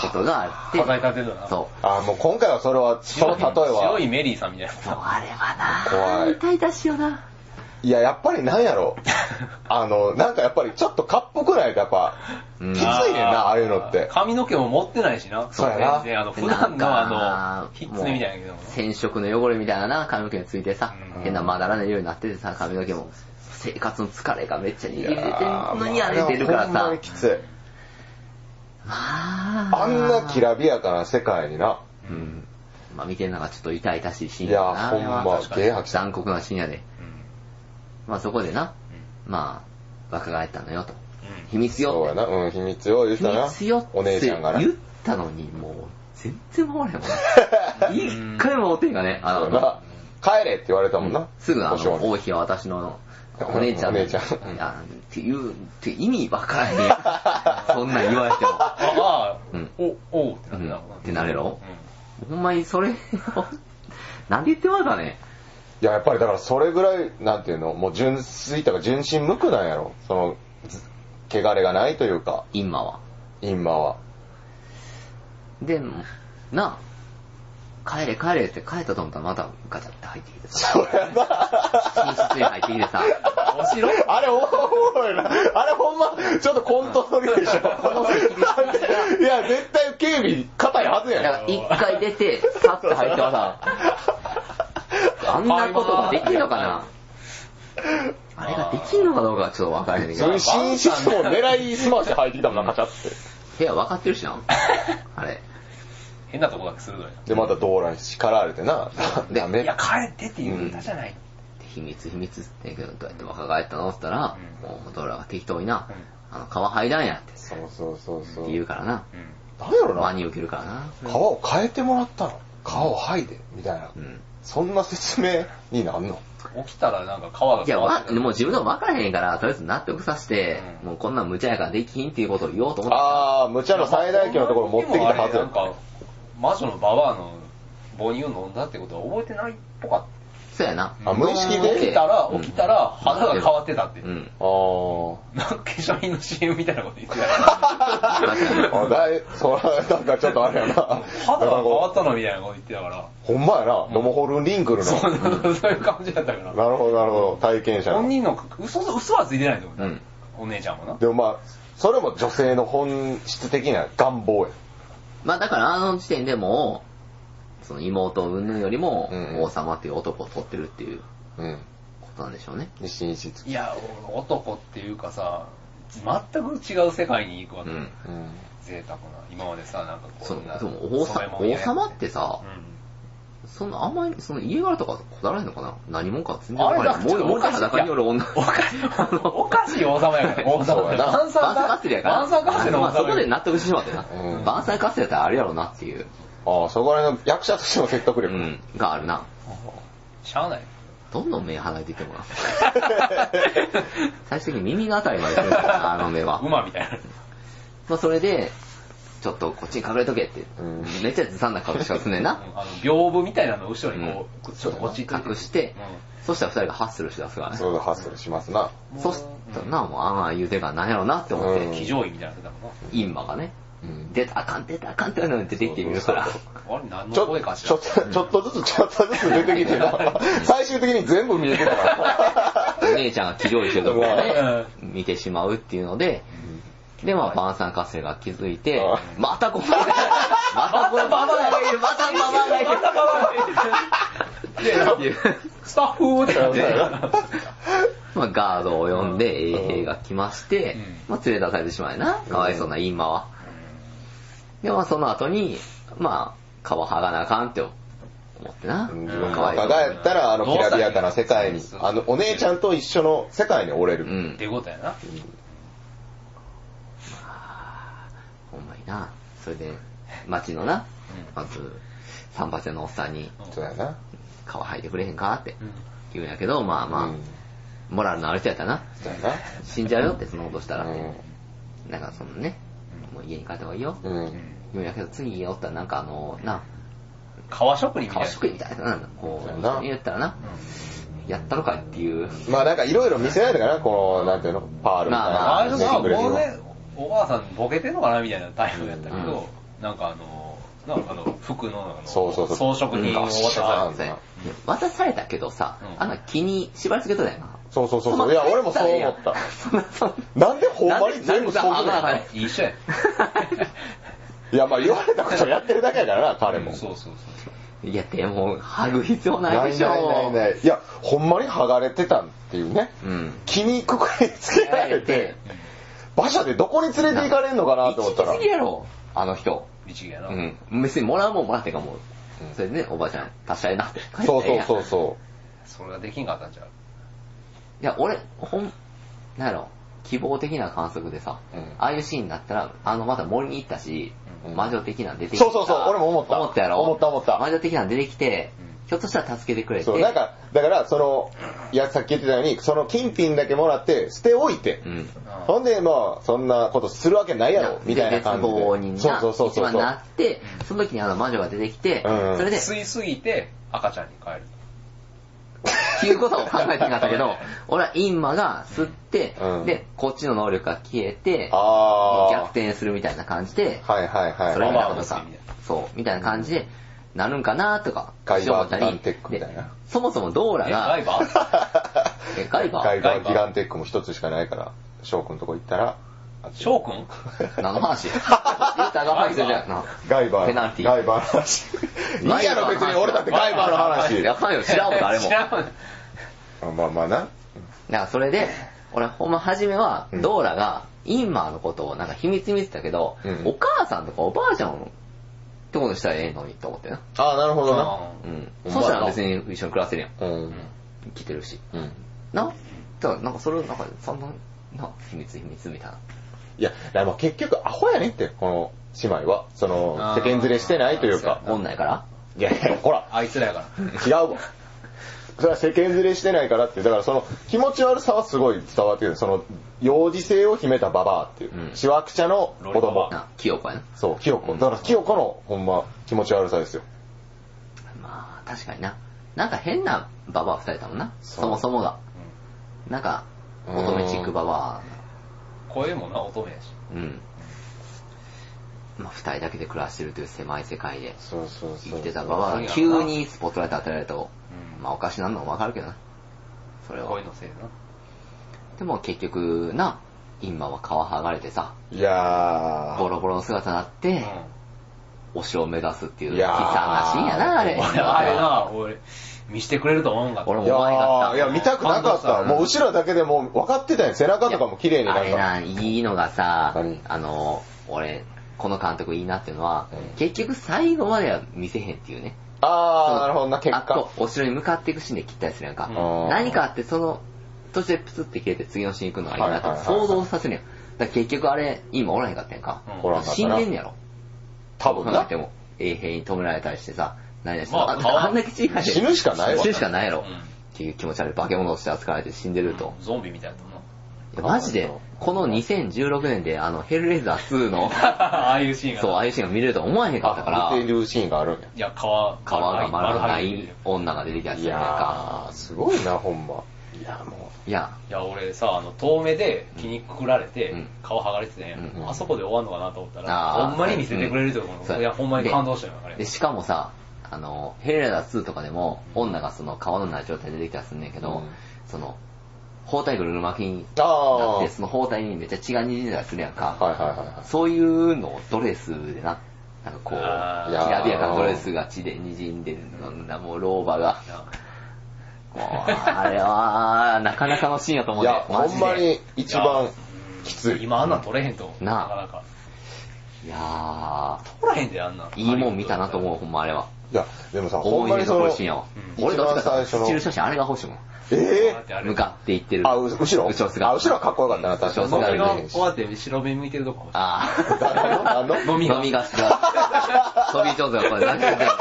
Speaker 1: ことがあって、
Speaker 3: 飾り立てるな。
Speaker 1: そ
Speaker 2: あ、もう今回はそれは、その例え
Speaker 3: 白い
Speaker 2: は、
Speaker 3: メリーさんみたいなや
Speaker 1: う。
Speaker 3: つ
Speaker 1: そう、
Speaker 3: だ。
Speaker 1: あれは
Speaker 2: 怖
Speaker 1: な、
Speaker 2: い
Speaker 1: 痛々しいよな。
Speaker 2: いや、やっぱりなんやろ。あの、なんかやっぱりちょっとかっぽくないとやっぱ、
Speaker 1: うん
Speaker 2: きついねんな、ああいうのって。
Speaker 3: 髪の毛も持ってないしな。
Speaker 2: そうやな
Speaker 3: 全然あの、
Speaker 1: で
Speaker 3: 普段の
Speaker 1: なんか
Speaker 3: あの、ひっつねみたいなけ
Speaker 1: も
Speaker 3: ども
Speaker 1: う染色の汚れみたいなな、髪の毛についてさ
Speaker 3: う、ん
Speaker 1: 変なまだらないようになっててさ、髪の毛も、生活の疲れがめっちゃ
Speaker 2: い
Speaker 1: 握
Speaker 2: や
Speaker 1: り出てんのにあれ出るから
Speaker 2: ほんま
Speaker 1: さ
Speaker 2: に、きつい。
Speaker 1: まあ、
Speaker 2: あんなきらびやかな世界にな。
Speaker 1: うん。まあ見てるのがちょっと痛々しいシーン
Speaker 2: い
Speaker 1: だ
Speaker 2: や
Speaker 1: な。、
Speaker 2: ほんま、ゲイハキさ
Speaker 1: 残
Speaker 2: ん。
Speaker 1: 酷なシーンやで。まあそこでな、まあ、若返ったのよと。秘密
Speaker 2: そ
Speaker 1: よ
Speaker 2: うやな、うん、秘密を言っ
Speaker 1: って。
Speaker 2: たな。
Speaker 1: 秘密よ
Speaker 2: お
Speaker 1: っ
Speaker 2: 姉ち
Speaker 1: て
Speaker 2: ゃんがな。
Speaker 1: 言ったのに、もう、全然守れへんもんな。 一回も守ってへんがね、あ
Speaker 2: そうや
Speaker 1: の
Speaker 2: な、帰れって言われたもんな。
Speaker 1: すぐあ
Speaker 2: 保証
Speaker 1: の、
Speaker 2: に
Speaker 1: 王妃は私の、お姉ちゃん
Speaker 2: お姉ちゃん
Speaker 1: いやっていう、って意味わからへんやん。 そんなん言われても。
Speaker 3: ああ
Speaker 1: うん、
Speaker 3: お、おうってなるな。
Speaker 1: うんってなるやろ
Speaker 3: うん
Speaker 1: ほんまにそれを、なんで言ってまうかね。
Speaker 2: いや、やっぱりだからそれぐらい、なんていうの、もう純粋とか純真無垢なんやろ。その、ず汚れがないというか、
Speaker 1: インマは。
Speaker 2: 陰魔は。
Speaker 1: で、なあ、帰れ帰れって帰ったと思ったらまたガチャって入ってきてさ、
Speaker 2: そうやな。
Speaker 1: 寝室に入ってきてさ、
Speaker 3: 面白い。
Speaker 2: あれおもろいな。あれほんま、ちょっとコント取りでしょ。いや、絶対警備硬いはず
Speaker 1: だか
Speaker 2: や
Speaker 1: ら
Speaker 2: ん。
Speaker 1: 一回出て、さっと入ってもさ、あんなことができんのかなあれができんのかどうかはちょっとわからへんねんけ
Speaker 2: そうい
Speaker 1: ど
Speaker 2: う、寝室も狙いすまして入ってきたもんな、カチャって。
Speaker 1: 部屋分かってるしな、あれ。
Speaker 3: 変なとこだけするのよ。
Speaker 2: で、また道路に叱られて な。
Speaker 1: で
Speaker 2: ダメ
Speaker 3: いや、帰ってって言うんだじゃない。
Speaker 1: 秘密秘密って言うけど、どうやって若返ったのって言ったら、もうドラが適当にな、あの、皮入らんやって
Speaker 2: そうそうそうそう。
Speaker 1: 言うからな。
Speaker 3: うん
Speaker 2: なんやろ
Speaker 1: 真
Speaker 2: な。
Speaker 1: に受けるからな。
Speaker 2: 皮を変えてもらったの。皮を剥いで、みたいな
Speaker 1: う。ん。
Speaker 2: そんな説明になんの
Speaker 3: 起きたらなんか川が
Speaker 1: いや、
Speaker 3: 変わっ
Speaker 1: わ
Speaker 3: てた
Speaker 1: もう自分でも分からへんから、とりあえず納得させて、
Speaker 3: うん
Speaker 1: もうこんなん無茶やからできひんっていうことを言おうと思って。
Speaker 2: あー、無茶の最大級のところ持ってきたはず
Speaker 3: なんか、魔女のババアの母乳を飲んだってことは覚えてないっぽかっ
Speaker 1: そうやな。
Speaker 2: あ無意識で
Speaker 3: た。起きたら、
Speaker 1: うん
Speaker 3: 起きたら肌が変わってたって。
Speaker 1: う
Speaker 3: なん
Speaker 1: ん。
Speaker 2: あー。
Speaker 3: か化粧品の CM みたいなこと言ってた。
Speaker 2: あだい、そら、なんかちょっとあれやな。
Speaker 3: 肌が変わった
Speaker 2: の
Speaker 3: のみたいなこと言ってたから。
Speaker 2: ほんまやな。ノモホルンリンクルの。
Speaker 3: そう
Speaker 2: なる
Speaker 3: そういう感じだったから。
Speaker 2: ほど、なるほど。体験者
Speaker 3: 本
Speaker 2: の。
Speaker 3: 人の嘘、嘘はついてないと思う。
Speaker 1: うん。
Speaker 3: お姉ちゃんもな。
Speaker 2: でもまあ、それも女性の本質的な願望や。
Speaker 1: まあだからあの時点でもう、その妹を産むよりも
Speaker 2: うん
Speaker 1: 王様っていう男を取ってるっていう
Speaker 2: うん。
Speaker 1: ことなんでしょうね。
Speaker 2: 西西つ
Speaker 3: いや、俺男っていうかさ、全く違う世界に行くわ
Speaker 1: う
Speaker 3: け。
Speaker 1: ん。
Speaker 2: うん。
Speaker 3: 贅沢な。今までさ、なんかこう。
Speaker 1: その
Speaker 3: な
Speaker 1: でも王
Speaker 3: そういう
Speaker 1: 様
Speaker 3: もん
Speaker 1: 王
Speaker 3: や
Speaker 1: 様ってさ、
Speaker 3: う
Speaker 1: そのあんまり、その家柄とかこだわらないのかな何もか全然
Speaker 3: あれ
Speaker 1: わからない。も
Speaker 3: だって
Speaker 1: う、もう裸による女。
Speaker 3: ん。おか しい、 おかしい王様やから、王
Speaker 2: そう
Speaker 3: 様
Speaker 2: や
Speaker 3: や
Speaker 2: な
Speaker 3: バンサー
Speaker 1: バンサーカッセルやから。
Speaker 3: バンサーカッセルの王
Speaker 1: ま
Speaker 3: 様
Speaker 1: あ
Speaker 3: や
Speaker 1: そ
Speaker 3: から
Speaker 1: こで納得してしまってな
Speaker 2: う。ん
Speaker 1: バンサーカッセルやったらあれやろうなっていう、
Speaker 2: ああ、そこら辺の役者としての説得
Speaker 1: う
Speaker 2: 力。
Speaker 1: ん、があるな。
Speaker 3: しゃあない。
Speaker 1: どんどん目離れていってもな。 最終的に耳のあたりまで来るんだよな、あの目は。
Speaker 3: 馬みたいな。
Speaker 1: まあそれで、ちょっとこっちに隠れとけって
Speaker 2: うん。
Speaker 1: めっちゃずさんな顔してますねんな。
Speaker 3: あの、屏風みたいなの後ろにこう、ちょっとこっち行っ
Speaker 1: 隠して、そしたら二人がハッスルしだすからね。
Speaker 2: そういうハッスルしますな。
Speaker 1: そしたらな、もうあんあん言うてるからなんやろうなって思っ
Speaker 2: うん
Speaker 1: て、
Speaker 3: 騎乗位みたいなのだもん
Speaker 1: インマがね、
Speaker 2: うん
Speaker 1: 出たらあかん、出たらあかんってなのに出てきてみるから。
Speaker 3: な。あれ何
Speaker 2: ち
Speaker 3: の
Speaker 2: ょ
Speaker 3: 声かし
Speaker 2: ちょ
Speaker 3: ら
Speaker 2: っ。と、ちょっとずつ、ちょっとずつ出てきてな。最終的に全部見えてた から。
Speaker 1: お姉ちゃんが気乗してるところをね、
Speaker 3: う
Speaker 1: 見てしまうっていうので、で、まあ、バンサン活性が気づいて
Speaker 2: は、
Speaker 1: またこの、またこのババアがいる、またババアがいる。
Speaker 3: またババアがいる
Speaker 1: っていう
Speaker 3: スタッフを
Speaker 2: そう
Speaker 3: ね
Speaker 2: やな
Speaker 1: まあ、ガードを呼んで、衛兵が来まして
Speaker 3: うん、
Speaker 1: まあ、連れ出されてしまうよな。かわいそうなインマは。で、まあ、その後に、まあ、皮剥がなあかんって思ってな。
Speaker 2: 自
Speaker 1: か
Speaker 2: 分が
Speaker 1: わいそ
Speaker 2: 若
Speaker 1: うに。
Speaker 2: 返ったら、あの、きらびやかな世界に
Speaker 3: そう、そう
Speaker 2: あの、お姉ちゃんと一緒の世界に折れる。
Speaker 1: う
Speaker 3: っ
Speaker 1: ん
Speaker 3: て。いうことやな。
Speaker 1: ほんまにな。それで、町のな、まず、三八のおっさんに、
Speaker 2: そうやな。
Speaker 1: 皮剥いてくれへんかって
Speaker 3: うん
Speaker 1: 言うんやけど、まあ
Speaker 2: う
Speaker 1: ま
Speaker 2: ん
Speaker 1: あ、モラルのある人やったな。
Speaker 2: そうやな。
Speaker 1: 死んじゃうよって、そのことしたら。
Speaker 2: う
Speaker 1: なんかそのね、もう家に帰った方がいいよ。
Speaker 2: ん。う。
Speaker 3: うんん
Speaker 1: 言うんやけど、次家おったらなんかあの、な、
Speaker 3: 革職人みたい
Speaker 1: 川
Speaker 3: な。
Speaker 1: 宿みたいな、こ
Speaker 2: そう
Speaker 1: う、
Speaker 2: やな
Speaker 1: 言ったらな、やったのかいっていう。
Speaker 2: まあなんかいろいろ見せられたかな、この、なんていうの、パールみたい
Speaker 1: ま
Speaker 2: な。
Speaker 3: あれと
Speaker 2: 見せ
Speaker 3: か、
Speaker 2: てくれる
Speaker 3: も
Speaker 2: よ
Speaker 3: うね、おばあさんボケてんのかなみたいなタイプやったけど、なんかあの、なんかあの、服の、あの、
Speaker 2: そうそうそう
Speaker 3: 装飾品を渡されて。
Speaker 2: そうや
Speaker 1: 渡されたけどさ、
Speaker 3: うん
Speaker 1: あんな気に縛り付けとだよな。
Speaker 2: そうそうそうそう。いや、俺もそう思った。
Speaker 1: そんな、そん
Speaker 2: なんでほんまに全部そう
Speaker 1: なん
Speaker 2: 思
Speaker 1: でなんで
Speaker 2: っ
Speaker 1: なんで
Speaker 3: 一緒やね。
Speaker 2: いや、まあ言われたことやってるだけやからな、彼も。
Speaker 3: そうそうそう。
Speaker 1: な。いや、でも、剥ぐ必要
Speaker 2: な
Speaker 1: ないで
Speaker 2: い
Speaker 1: しょ。
Speaker 2: ないないない。いや、ほんまに剥がれてたっていうね。
Speaker 1: うん。
Speaker 2: 気にくくりつけられて、馬車でどこに連れて行かれるのかなと思ったら
Speaker 1: 行き過。ぎやろ、あの人。
Speaker 3: 律儀やな。
Speaker 1: うん。別にもらうもんもらってんかもう
Speaker 2: う。ん
Speaker 1: それでね、おばあちゃん、達者やなって。
Speaker 2: そうそうそう
Speaker 1: う。
Speaker 2: そ
Speaker 3: それができんかったんちゃう
Speaker 1: いや、俺、ほん、なんやろ、希望的な観測でさ、
Speaker 2: うん
Speaker 1: ああいうシーンになったら、あの、また森に行ったし、
Speaker 2: うん
Speaker 1: 魔女的なん出てきて
Speaker 2: そうそうそう俺も思った
Speaker 1: 思ったやろ
Speaker 2: 思った思った
Speaker 1: 魔女的なん出てきて
Speaker 3: う、
Speaker 1: ひょっとしたら助けてくれ
Speaker 2: う。
Speaker 1: て。
Speaker 2: そう、なんか、だから、その、いや、さっき言ってたように、その金品だけもらって、捨ておいて
Speaker 1: う、ん。
Speaker 2: ほんで、まあ、そんなことするわけないやろ、みたいな感じで。
Speaker 1: 絶望にな、
Speaker 2: そうそうそう
Speaker 1: 一
Speaker 2: そう
Speaker 1: 番。なって、その時にあの魔女が出てきて、
Speaker 2: うん
Speaker 1: それで、
Speaker 3: 吸いすぎて赤ちゃんに帰る。
Speaker 1: っていうことを考えてなかったけ ど、俺はインマが吸って、
Speaker 2: うん
Speaker 1: で、こっちの能力が消えて、
Speaker 2: あー。
Speaker 1: 逆転するみたいな感じで、
Speaker 2: はいはいはい。
Speaker 1: それみたいな
Speaker 3: まあまあ
Speaker 1: こと
Speaker 3: まあ
Speaker 1: さ
Speaker 3: まあ、
Speaker 1: そう、みたいな感じで、なるんかなとか、
Speaker 2: ガイバー
Speaker 1: 一
Speaker 2: ギ
Speaker 1: 応思
Speaker 2: ガ
Speaker 1: っ
Speaker 2: ン
Speaker 1: た
Speaker 2: テ
Speaker 1: り
Speaker 2: ックみたいな。
Speaker 1: そもそもドーラ
Speaker 3: え、
Speaker 1: が、
Speaker 3: ライバ ー
Speaker 1: えガイバー
Speaker 2: ガイバ
Speaker 3: ガイ
Speaker 2: ー
Speaker 3: バー
Speaker 2: ギガンテックも一つしかないから、翔くんとこ行ったら、あっち
Speaker 3: 翔くん
Speaker 1: 何の話 言ったらあかん話じゃんな。
Speaker 2: ガイバー。
Speaker 1: ペナルティ
Speaker 2: ガイバーの話。いいやろ別に俺だってガイバーの話。
Speaker 1: やかんよ、知らんもん誰も。
Speaker 3: 知
Speaker 1: だから
Speaker 3: んもん。
Speaker 2: まあまあな。
Speaker 1: らそれで、俺ほんま初めは、
Speaker 2: うん
Speaker 1: ドーラが、インマーのことをなんか秘密に見てたけど、
Speaker 2: うん
Speaker 1: お母さんとかおばあちゃんってことしたらええのにと思ってな。
Speaker 2: ああ、なるほどな。
Speaker 1: うん。
Speaker 2: ほ
Speaker 1: そ
Speaker 2: んまやな
Speaker 1: したら別に一緒に暮らせるやん。
Speaker 2: うん。
Speaker 1: 来てるし。
Speaker 2: うん。
Speaker 1: なだからなんかそれをなんか散々、な、秘密秘密みたいな。
Speaker 2: いや、でも結局アホやねんって、この姉妹は。その、
Speaker 3: あ
Speaker 2: 世
Speaker 3: ー
Speaker 2: 間連れしてないというか。
Speaker 1: 女やから
Speaker 2: いやいや、ほら、
Speaker 3: あいつらやから。
Speaker 2: 違うわ。それは世間連れしてないからって、だからその気持ち悪さはすごい伝わってくる。その、幼児性を秘めたババアっていう
Speaker 1: う。ん
Speaker 2: しわくちゃの子
Speaker 3: ロリバ
Speaker 2: 供
Speaker 3: バ。
Speaker 1: な、清子やな。
Speaker 2: そう、清子。だから清子のほんま気持ち悪さですよ。
Speaker 1: まあ、確かにな。なんか変なババア二人だもんな。
Speaker 2: そう
Speaker 1: そもそもが。なんか、乙女チックババ
Speaker 3: 声もな、乙女やし。
Speaker 1: ア。うん。まあ、二人だけで暮らしてるという狭い世界で
Speaker 2: そうそう
Speaker 1: 生きてたババアが急にスポットライト当てられると、まあ、おかしなんのもわかるけどな。それは
Speaker 3: 声。のせいでな。
Speaker 1: でも結局な、インマは皮剥がれてさ、
Speaker 2: いや
Speaker 1: ボ
Speaker 2: ー。
Speaker 1: ロボロの姿になって、推しを目指すっていう、
Speaker 2: い
Speaker 1: 悲惨
Speaker 2: やー
Speaker 1: なシーンやな、あれ。
Speaker 3: 俺はあれな、俺、見してくれると思うんかった。
Speaker 1: 俺も
Speaker 2: いや
Speaker 1: 可愛かった
Speaker 2: ーいや、見たくなかった。もう後ろだけでもう分かってたよ。背中とかも綺麗になん
Speaker 1: あ
Speaker 2: か。
Speaker 1: れな、いいのがさ
Speaker 2: 何、
Speaker 1: あの、俺、この監督いいなっていうのは、
Speaker 2: うん
Speaker 1: 結局最後までは見せへんっていうね。
Speaker 2: あー、なるほどな、結
Speaker 1: あと
Speaker 2: 果。、
Speaker 1: お城に向かっていくシーンで切ったりするやんか。
Speaker 2: うん
Speaker 1: 何かあって、その、途中でプツって消えて次のシーン行くのがいいな
Speaker 2: はいはい
Speaker 1: っ
Speaker 2: はい
Speaker 1: て想像させるやん。だから結局あれ、今おらへんかったやんか。
Speaker 3: うん
Speaker 2: おらんかった
Speaker 1: 死
Speaker 2: なん
Speaker 1: でんねやろ。
Speaker 2: 多分
Speaker 1: 考え
Speaker 2: な
Speaker 1: て。も、衛兵に止められたりしてさ、何々して
Speaker 3: まあ
Speaker 1: あ
Speaker 3: まあ
Speaker 1: あんだけ血が出て
Speaker 2: 死ぬしかないわ
Speaker 1: 死ぬしかないやろ。
Speaker 3: うん
Speaker 1: っていう気持ち悪い化け物として扱われて死んでると。
Speaker 3: ゾンビみたいだったない
Speaker 1: やマジで、この2016年で、あの、ヘルレイザー2の、
Speaker 3: ああいうシーンが。
Speaker 1: そう、ああいうシーンが見れるとは思わへんかったから、
Speaker 2: あ見てるシーンがあるんや。
Speaker 3: いや、皮、皮が
Speaker 1: 皮が丸がな
Speaker 3: 入って
Speaker 1: い
Speaker 3: る
Speaker 1: 女が出てきたり
Speaker 2: い
Speaker 1: するやんか。
Speaker 2: やー、すごいな、ほんま。いや、も
Speaker 1: いや、
Speaker 3: いや、俺さ、あの、遠目で気にくくられて、
Speaker 1: うん
Speaker 3: 皮剥がれてね、
Speaker 1: うん
Speaker 3: あそこで終わんのかなと思ったら、
Speaker 1: あー
Speaker 3: ほんまに見せてくれると思う。
Speaker 1: そう
Speaker 3: いや、ほんまに感動したよ、あれ。
Speaker 1: で、しかもさ、あの、ヘルレイザー2とかでも、女がその、皮のない状態で出てきたりするんねんけど、
Speaker 2: うん
Speaker 1: その、包帯ぐるぐる巻きに
Speaker 2: う。
Speaker 1: なっ
Speaker 2: あ
Speaker 1: て、
Speaker 2: ー。
Speaker 1: その包帯にめっちゃ血が滲んでたりするやんか。
Speaker 2: はいはいはいはい。
Speaker 1: そういうのをドレスでな、なんかこう、き
Speaker 3: あ
Speaker 2: ー
Speaker 1: らびやかなドレスが血で滲んでるのな、もう老婆が。
Speaker 3: いや
Speaker 1: もう、あれは、なかなかのシーンやと思う
Speaker 2: い
Speaker 1: ね
Speaker 2: や、。
Speaker 1: マ
Speaker 2: ほ
Speaker 1: ジ
Speaker 2: ん
Speaker 1: で
Speaker 2: ま。に一番
Speaker 3: や
Speaker 2: きつい。
Speaker 3: 今あんなん撮れへんと思う。
Speaker 1: なあ
Speaker 3: かなか。
Speaker 1: いや
Speaker 3: 撮らへんで、あんなん。
Speaker 1: ー、いいもん見たなと思う、ほんまあれは。
Speaker 2: いや、でもさ、ほ
Speaker 1: 思
Speaker 2: ん
Speaker 1: い
Speaker 2: ま
Speaker 1: 出
Speaker 2: に
Speaker 1: の
Speaker 2: その、
Speaker 1: 恋シーンやわ。
Speaker 2: うん
Speaker 1: 俺どっちかっていう
Speaker 2: 一番最初
Speaker 1: と、
Speaker 2: の
Speaker 1: スチール写真あれが欲しいもん。
Speaker 2: ええ
Speaker 3: あれ
Speaker 1: 向かっていってる。
Speaker 2: あ、う後
Speaker 1: 後
Speaker 2: ろ
Speaker 1: ろ姿
Speaker 2: あ、後ろはかっこよかったな、確かに。
Speaker 1: 後
Speaker 3: そ
Speaker 1: ろ
Speaker 3: れが
Speaker 1: 姿
Speaker 3: こうやって白目向いてるとこ。
Speaker 1: あ
Speaker 2: あの、あ
Speaker 1: ー。
Speaker 2: の
Speaker 3: 飲みが
Speaker 1: 飲みがちだ。飛び上手だ、これ。なんか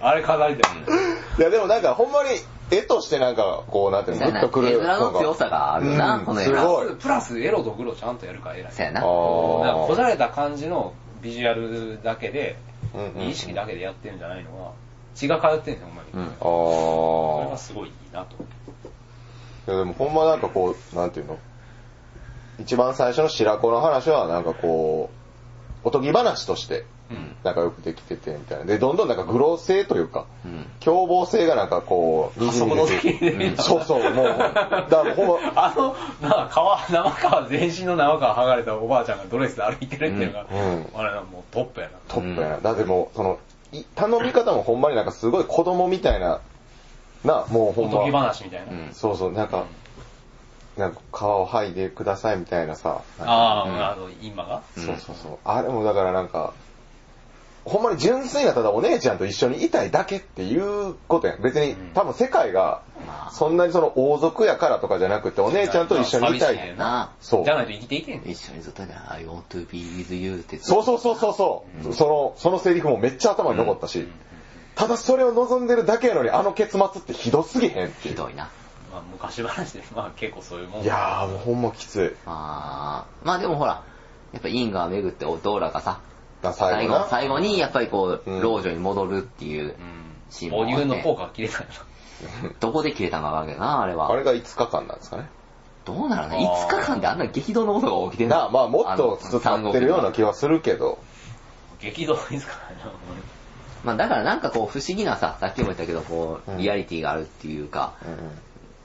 Speaker 3: あれ飾りだよね。
Speaker 2: いや、でもなんか、ほんまに、絵としてなんか、こう、なんていうの、グッとくる。
Speaker 1: 絵面の強さがあるな
Speaker 2: うん
Speaker 1: この絵
Speaker 2: す
Speaker 1: は
Speaker 2: ごい。
Speaker 3: プラスエロとグロちゃんとやるから偉い。
Speaker 1: そうや
Speaker 2: あ
Speaker 1: な。
Speaker 3: なんかこ
Speaker 2: ー
Speaker 3: じゃれた感じのビジュアルだけで、
Speaker 2: うんうん
Speaker 3: 美意識だけでやってるんじゃないのは、血が通ってんねん、ほんまに。
Speaker 1: うん
Speaker 2: あ
Speaker 3: それ
Speaker 2: ー
Speaker 3: がすごいいいなと。
Speaker 2: いやでもほんまなんかこう、なんていうの一番最初の白子の話はなんかこう、おとぎ話として、
Speaker 3: うん。
Speaker 2: なんかよくできててみたいな。で、どんどんなんかグロ性というか、
Speaker 1: うん。
Speaker 2: 凶暴性がなんかこう、
Speaker 3: あそこの
Speaker 2: 滲んでて
Speaker 3: 時に
Speaker 2: そうそう、もう、だからほんま、
Speaker 3: あの、な皮、生皮、全身の生皮剥がれたおばあちゃんがドレスで歩いてるっていうのが、
Speaker 2: うん
Speaker 3: あれな、もうトップやな。
Speaker 2: トップやな。だってもう、その、い頼み方もほんまになんかすごい子供みたいな、な、もうほ
Speaker 3: おと
Speaker 2: ん
Speaker 3: ぎ
Speaker 2: ま、
Speaker 3: 話みたいな。
Speaker 1: うん
Speaker 2: そうそう、なんか、なんか皮を剥いでくださいみたいなさ、なんか
Speaker 3: ああ、あの、今が
Speaker 2: そうそうそう。あれもだからなんか、ほんまに純粋なただお姉ちゃんと一緒にいたいだけっていうことやん。別に
Speaker 3: うん
Speaker 2: 多分世界が
Speaker 1: まあ
Speaker 2: そんなにその王族やからとかじゃなくてお姉ちゃんと一緒にいた
Speaker 3: 寂しいね
Speaker 2: い。
Speaker 3: ん
Speaker 1: な
Speaker 2: そう
Speaker 3: じゃないと生きていけんね
Speaker 1: 一緒にずっとね、I want to be with you って。
Speaker 2: そう
Speaker 1: う。
Speaker 2: そうそうそうそう。その、そのセリフもめっちゃ頭に残ったし、ただそれを望んでるだけやのにあの結末ってひどすぎへんって
Speaker 1: ひ
Speaker 2: いう。
Speaker 1: どいな。
Speaker 3: まあ、昔話で、まあ結構そういうもん。
Speaker 2: いやーもうほんまきつ
Speaker 1: まあ、まあでもほら、やっぱ因果を巡ってドーラがさ、
Speaker 2: い。な最
Speaker 1: 最
Speaker 2: 後
Speaker 1: 後
Speaker 2: な、。
Speaker 1: 最後にやっぱりこう、
Speaker 2: うん
Speaker 1: 老女に戻るっていう
Speaker 3: う
Speaker 1: シ
Speaker 3: ん。
Speaker 1: ーンもあっ
Speaker 3: 母
Speaker 1: て
Speaker 3: 乳の効果が切れたよ
Speaker 1: どこで切れたのかわからんけどな、あれは。
Speaker 2: あれが5日間なんですかね。
Speaker 1: どうなのね、
Speaker 3: あー
Speaker 1: 5日間であんな激動のことが起きてんの
Speaker 2: なあ、まあもっと伝わってるような気。
Speaker 1: あの
Speaker 2: はするけど。
Speaker 3: な。激動ですからね。
Speaker 1: まあだからなんかこう不思議なさ、さっきも言ったけど、こ
Speaker 2: うん
Speaker 1: う、リアリティがあるっていうか、
Speaker 2: うんうん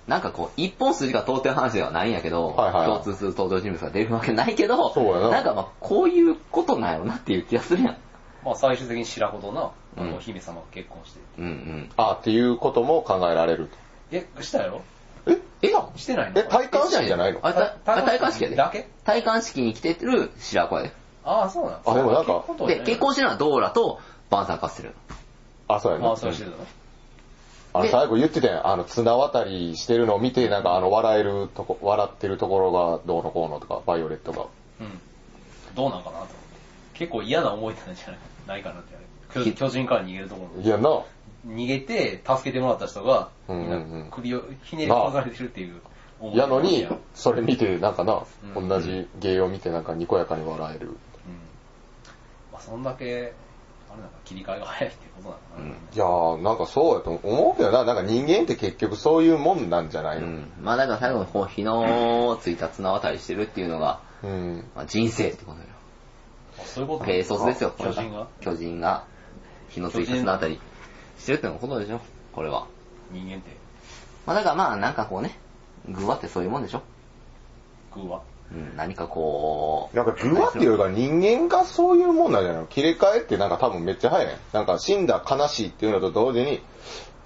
Speaker 1: なんかこう、一本筋が通ってる話ではないんやけど、
Speaker 2: はいはいはい
Speaker 1: 共通する登場人物が出るわけないけど、
Speaker 2: そうやなん
Speaker 1: かまあこういうことなんやろなっていう気がするやん。
Speaker 3: まあ最終的に白子とな、あ
Speaker 1: うん
Speaker 3: の、お姫様が結婚して。
Speaker 1: うんうん。
Speaker 2: あーっていうことも考えられると。
Speaker 3: え、したよ
Speaker 2: え
Speaker 1: え
Speaker 3: してないの
Speaker 2: え、体感式じゃないの
Speaker 1: あ、たあ体感式やで。
Speaker 3: だけ
Speaker 1: 体感式に来てる白子やで。
Speaker 3: ああ、そうなん
Speaker 2: あでもなんか
Speaker 3: とはね
Speaker 1: で、結婚してるのはドーラとバンサーカッセル。
Speaker 2: あ、そうやね
Speaker 3: あ。あ、そうしてたの
Speaker 2: あの、最後言ってたやん。あの、綱渡りしてるのを見て、なんかあの、笑えるとこ、笑ってるところがどうのこうのとか、バイオレットが。
Speaker 3: うん。どうなんかなと思って。結構嫌な思いなんじゃないないかなってあれ巨。巨人から逃げるところ
Speaker 2: いや、な、
Speaker 3: 逃げて、助けてもらった人が、
Speaker 2: うんうんうん
Speaker 3: 首をひねり込まれてるっていう思い
Speaker 2: やのに、それ見て、なんかな、
Speaker 3: うん
Speaker 2: 同じ芸を見て、なんかにこやかに笑える。
Speaker 3: うんまあ、そんだけ、あれなんか切り替えが早いってことなのかな。
Speaker 2: いやー、なんかそうやと思うけどな、なんか人間って結局そういうもんなんじゃな
Speaker 1: う
Speaker 2: いの
Speaker 1: ん。まあだから最後にこう、日のついた綱渡りしてるっていうのが、
Speaker 2: うん。
Speaker 1: まあ、人生ってことよ。
Speaker 3: あそういうこと
Speaker 1: 軽率ですよ、こ
Speaker 3: 巨
Speaker 1: れ
Speaker 3: 人が
Speaker 1: 巨人が、日のついた綱渡りしてるってのことでしょ、これは。
Speaker 3: 人間って。
Speaker 1: まあだからまあなんかこうね、偶話ってそういうもんでしょ。
Speaker 3: 偶話。
Speaker 1: うん、何かこう。
Speaker 2: なんか、グワっていうよりか人間がそういうもんなんじゃないの切り替えってなんか多分めっちゃ早いね。なんか死んだ悲しいっていうのと同時に、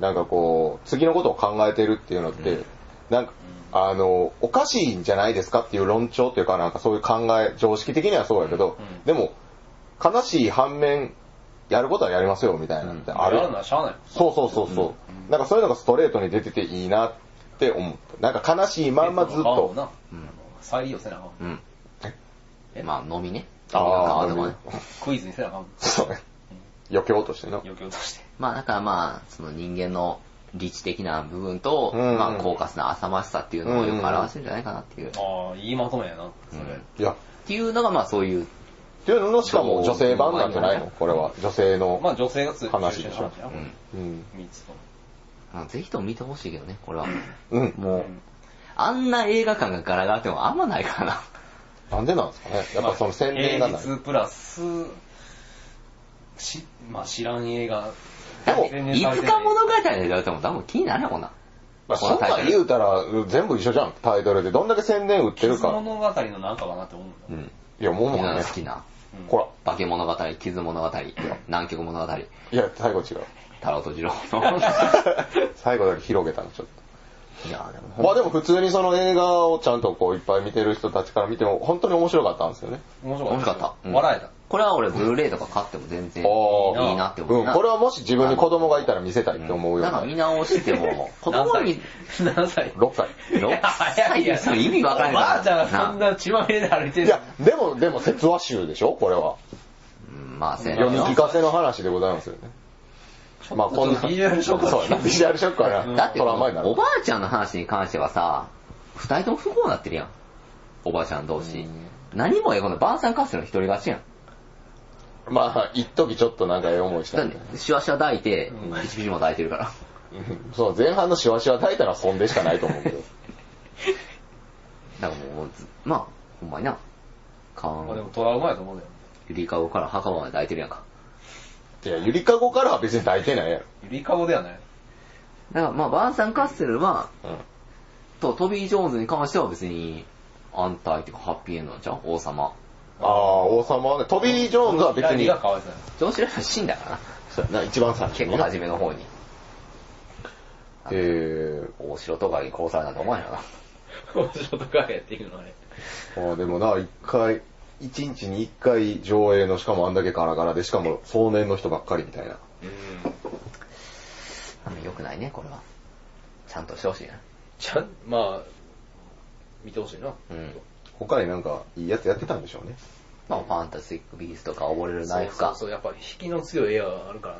Speaker 2: なんかこう、次のことを考えてるっていうのって、なんか、あの、おかしいんじゃないですかっていう論調っていうかなんかそういう考え、常識的にはそうやけど、
Speaker 3: うん
Speaker 2: でも、悲しい反面、やることはやりますよみたいなのってある。
Speaker 3: やるのはしゃあない。
Speaker 2: そうそうそうそう、なんかそういうのがストレートに出てていいなって思った。なんか悲しいまんまずっ
Speaker 3: あの
Speaker 2: と。
Speaker 3: な
Speaker 1: うん。
Speaker 3: 再利用せなあかん。
Speaker 1: うん。
Speaker 3: え
Speaker 1: まあ、飲みね。飲みが変わるもね。
Speaker 3: クイズにせなあか ん。
Speaker 2: そうね。余興としてな。
Speaker 3: 余興として。
Speaker 1: まあ、だからまあ、その人間の理知的な部分と、
Speaker 2: うん
Speaker 1: まあ、高価な浅ましさっていうのをよく表してるんじゃないかなっていう。
Speaker 3: ああ、いいまとめやな。そ
Speaker 1: うん
Speaker 3: れ。
Speaker 2: いや、っ
Speaker 1: っていうのがまあ、そういう、
Speaker 2: ていうののしかも女性版なんじゃないのこれは。女性の。
Speaker 3: まあ女性が通
Speaker 2: 話でしょ
Speaker 3: や
Speaker 1: う
Speaker 3: こ
Speaker 1: ん。
Speaker 3: れ
Speaker 2: うん。
Speaker 3: 三つとも。
Speaker 1: まあぜひとも見てほしいけどね、これは。
Speaker 2: うん。
Speaker 1: もう、あんな映画館がガラガラってもあんまないからな。
Speaker 2: なんでなんですかね。やっぱその宣伝がない。
Speaker 3: 平日プラス、し、まあ知らん映画。
Speaker 1: だって、
Speaker 3: 宣伝
Speaker 1: い
Speaker 3: され
Speaker 1: つ
Speaker 3: てな
Speaker 1: か物語でだっても多分気にならないもんな。
Speaker 2: まあ、そんなん言うたら全部一緒じゃん。タイトルで。どんだけ宣伝売ってる
Speaker 3: 傷
Speaker 2: か。
Speaker 3: 物語のなんかかなって思うんだ
Speaker 2: う
Speaker 3: よ。
Speaker 2: ん。いや、もう
Speaker 1: みん
Speaker 2: も
Speaker 1: な
Speaker 2: ね
Speaker 1: が。好きな。
Speaker 3: うん
Speaker 2: ほら。
Speaker 1: 化け物語、傷物語、南極物語、太
Speaker 2: いや、最後違う。
Speaker 1: 郎と二郎 の。
Speaker 2: 最後だけ広げたの、ちょっと。
Speaker 1: いやでも、
Speaker 2: まあでも普通にその映画をちゃんとこういっぱい見てる人たちから見ても本当に面白かったんですよね。
Speaker 3: 面白か
Speaker 1: 面
Speaker 3: った。
Speaker 1: 白かった。うん
Speaker 3: 笑えた。
Speaker 1: これは俺、ブルーレイとか買っても全然い
Speaker 2: あ
Speaker 3: ー
Speaker 1: いなって
Speaker 2: うん、
Speaker 1: 思うな。
Speaker 2: これはもし自分に子供がいたら見せたいって思うよ
Speaker 1: な
Speaker 2: うん
Speaker 1: か
Speaker 2: な。
Speaker 1: 見直しても、子供に、
Speaker 3: 何歳
Speaker 2: 6回。
Speaker 1: 6歳でその意味わからない
Speaker 3: おばあちゃん
Speaker 1: ら
Speaker 3: がそんな血まみれで歩いてる
Speaker 2: いや、でも、でも、説話集でしょこれは。
Speaker 1: うんまあ、せや
Speaker 2: 読み
Speaker 1: な
Speaker 2: 聞かせの話でございますよね。まあこんな。
Speaker 3: ビジュアルショック
Speaker 2: そうやな。ビジュアルショックはな。
Speaker 1: だって、
Speaker 2: トラウマになる
Speaker 1: おばあちゃんの話に関してはさ、二人とも不幸になってるやん。おばあちゃん同士。何もええこと、ばあさんカステの一人勝ちやん。
Speaker 2: まあ、一時ちょっとなんかええ思いした
Speaker 1: だっ
Speaker 2: んだよね
Speaker 1: て、シュワシュワ抱いて、
Speaker 3: うん
Speaker 1: ピチピチも抱いてるから。
Speaker 2: うんそう、前半のシワシワ抱いたらそんでしかないと思うけど。
Speaker 1: だからもうず、まあ、ほんまにな。か
Speaker 3: まあでも
Speaker 1: ん、
Speaker 3: トラウマやと思うね。
Speaker 1: ゆりかごから墓まで抱いてるやんか。
Speaker 2: いや、ゆりかごからは別に抱いてないやろ。
Speaker 3: ゆりかごではない。
Speaker 1: だからまあ、バーンサン・カッセルは、
Speaker 2: うん。
Speaker 1: と、トビー・ジョーンズに関しては別に、安泰っていうかハッピーエンドなんちゃう王様。
Speaker 2: ああ、王様はね、トビー・ジョーンズは別
Speaker 3: 左
Speaker 2: に
Speaker 3: が、かわいそうや
Speaker 1: ジョン・シュラーは死んだからな。
Speaker 2: そうやな、一番最初
Speaker 1: 結
Speaker 2: に
Speaker 1: 構
Speaker 2: な。
Speaker 1: 初めの方に。
Speaker 2: え
Speaker 1: 大城とかに殺されたと思わへんよな。
Speaker 3: な。面 白とかやっていうのあれ。
Speaker 2: ー、ああでもな、一回、一日に一回上映の、しかもあんだけガラガラで、しかも壮年の人ばっかりみたいな。
Speaker 1: あんま良くないね、これは。ちゃんとしてほしいな。
Speaker 3: ちゃん、まあ、見てほしいな。
Speaker 1: うん。
Speaker 2: 他になんか、いいやつやってたんでしょうね。
Speaker 1: まあ、ファンタスティック・ビーストか、溺れるナイフか。
Speaker 3: そうそうそう、やっぱ引きの強い映画があるからな。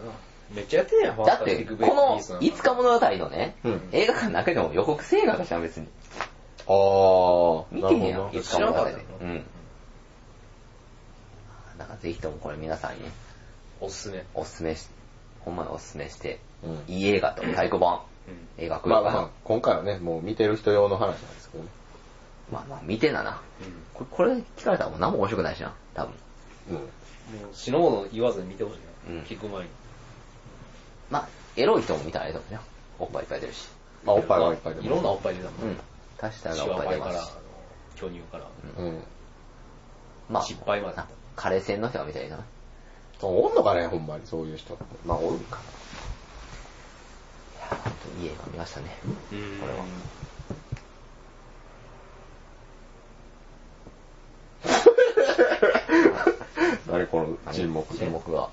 Speaker 3: めっちゃやってんやん、ファン
Speaker 1: だ
Speaker 3: タ
Speaker 1: っ
Speaker 3: スティ
Speaker 1: て、
Speaker 3: ック
Speaker 1: こ
Speaker 3: ベイビー
Speaker 1: の
Speaker 3: ズなん、か
Speaker 1: いつか物語のね、
Speaker 2: うん
Speaker 1: 映画館の中でも予告制映画かしら別に。
Speaker 2: ああ
Speaker 1: 見てへんやん、
Speaker 2: なるほど
Speaker 1: い
Speaker 2: な
Speaker 1: つか物語
Speaker 3: 知らなかった
Speaker 1: う
Speaker 3: の
Speaker 1: ん。だからぜひともこれ皆さんにね、
Speaker 3: おすすめ。
Speaker 1: おすすめし、ほんまにおすすめして、
Speaker 2: うん
Speaker 1: いい映画と太鼓判、
Speaker 3: うん
Speaker 1: 映画来る
Speaker 2: ま
Speaker 1: か
Speaker 2: あま
Speaker 1: な
Speaker 2: あ。、今回はね、もう見てる人用の話なんですけどね。
Speaker 1: まあまあ、見てなな。
Speaker 3: うん
Speaker 1: これ、これ聞かれたらもう何も面白くないしな、多分。
Speaker 2: うん。
Speaker 3: もう死ぬほど言わずに見てほしいな。
Speaker 1: うん
Speaker 3: 聞く前に。
Speaker 1: まあ、エロい人も見たらええと思うよ。おっぱいいっぱい出るし。
Speaker 2: まあ、おっぱいはいっぱいでも。
Speaker 3: いろんなおっぱい出たも。
Speaker 1: うんん。足したら
Speaker 3: シ
Speaker 1: おっ
Speaker 3: ワ
Speaker 1: ぱい出
Speaker 3: パイか
Speaker 1: ま
Speaker 3: ら、あ
Speaker 1: す
Speaker 3: の
Speaker 1: し。
Speaker 3: 巨乳から。
Speaker 2: うん。
Speaker 1: まあ、
Speaker 3: 失敗まで
Speaker 1: なカレー戦の人が見たらいいな。
Speaker 2: そうおんのかね、ほんまに、そういう人。まあ、おる か
Speaker 1: いい映画見ましたね。
Speaker 3: うん
Speaker 1: これは。
Speaker 2: な。誰この沈黙。
Speaker 1: 沈黙が。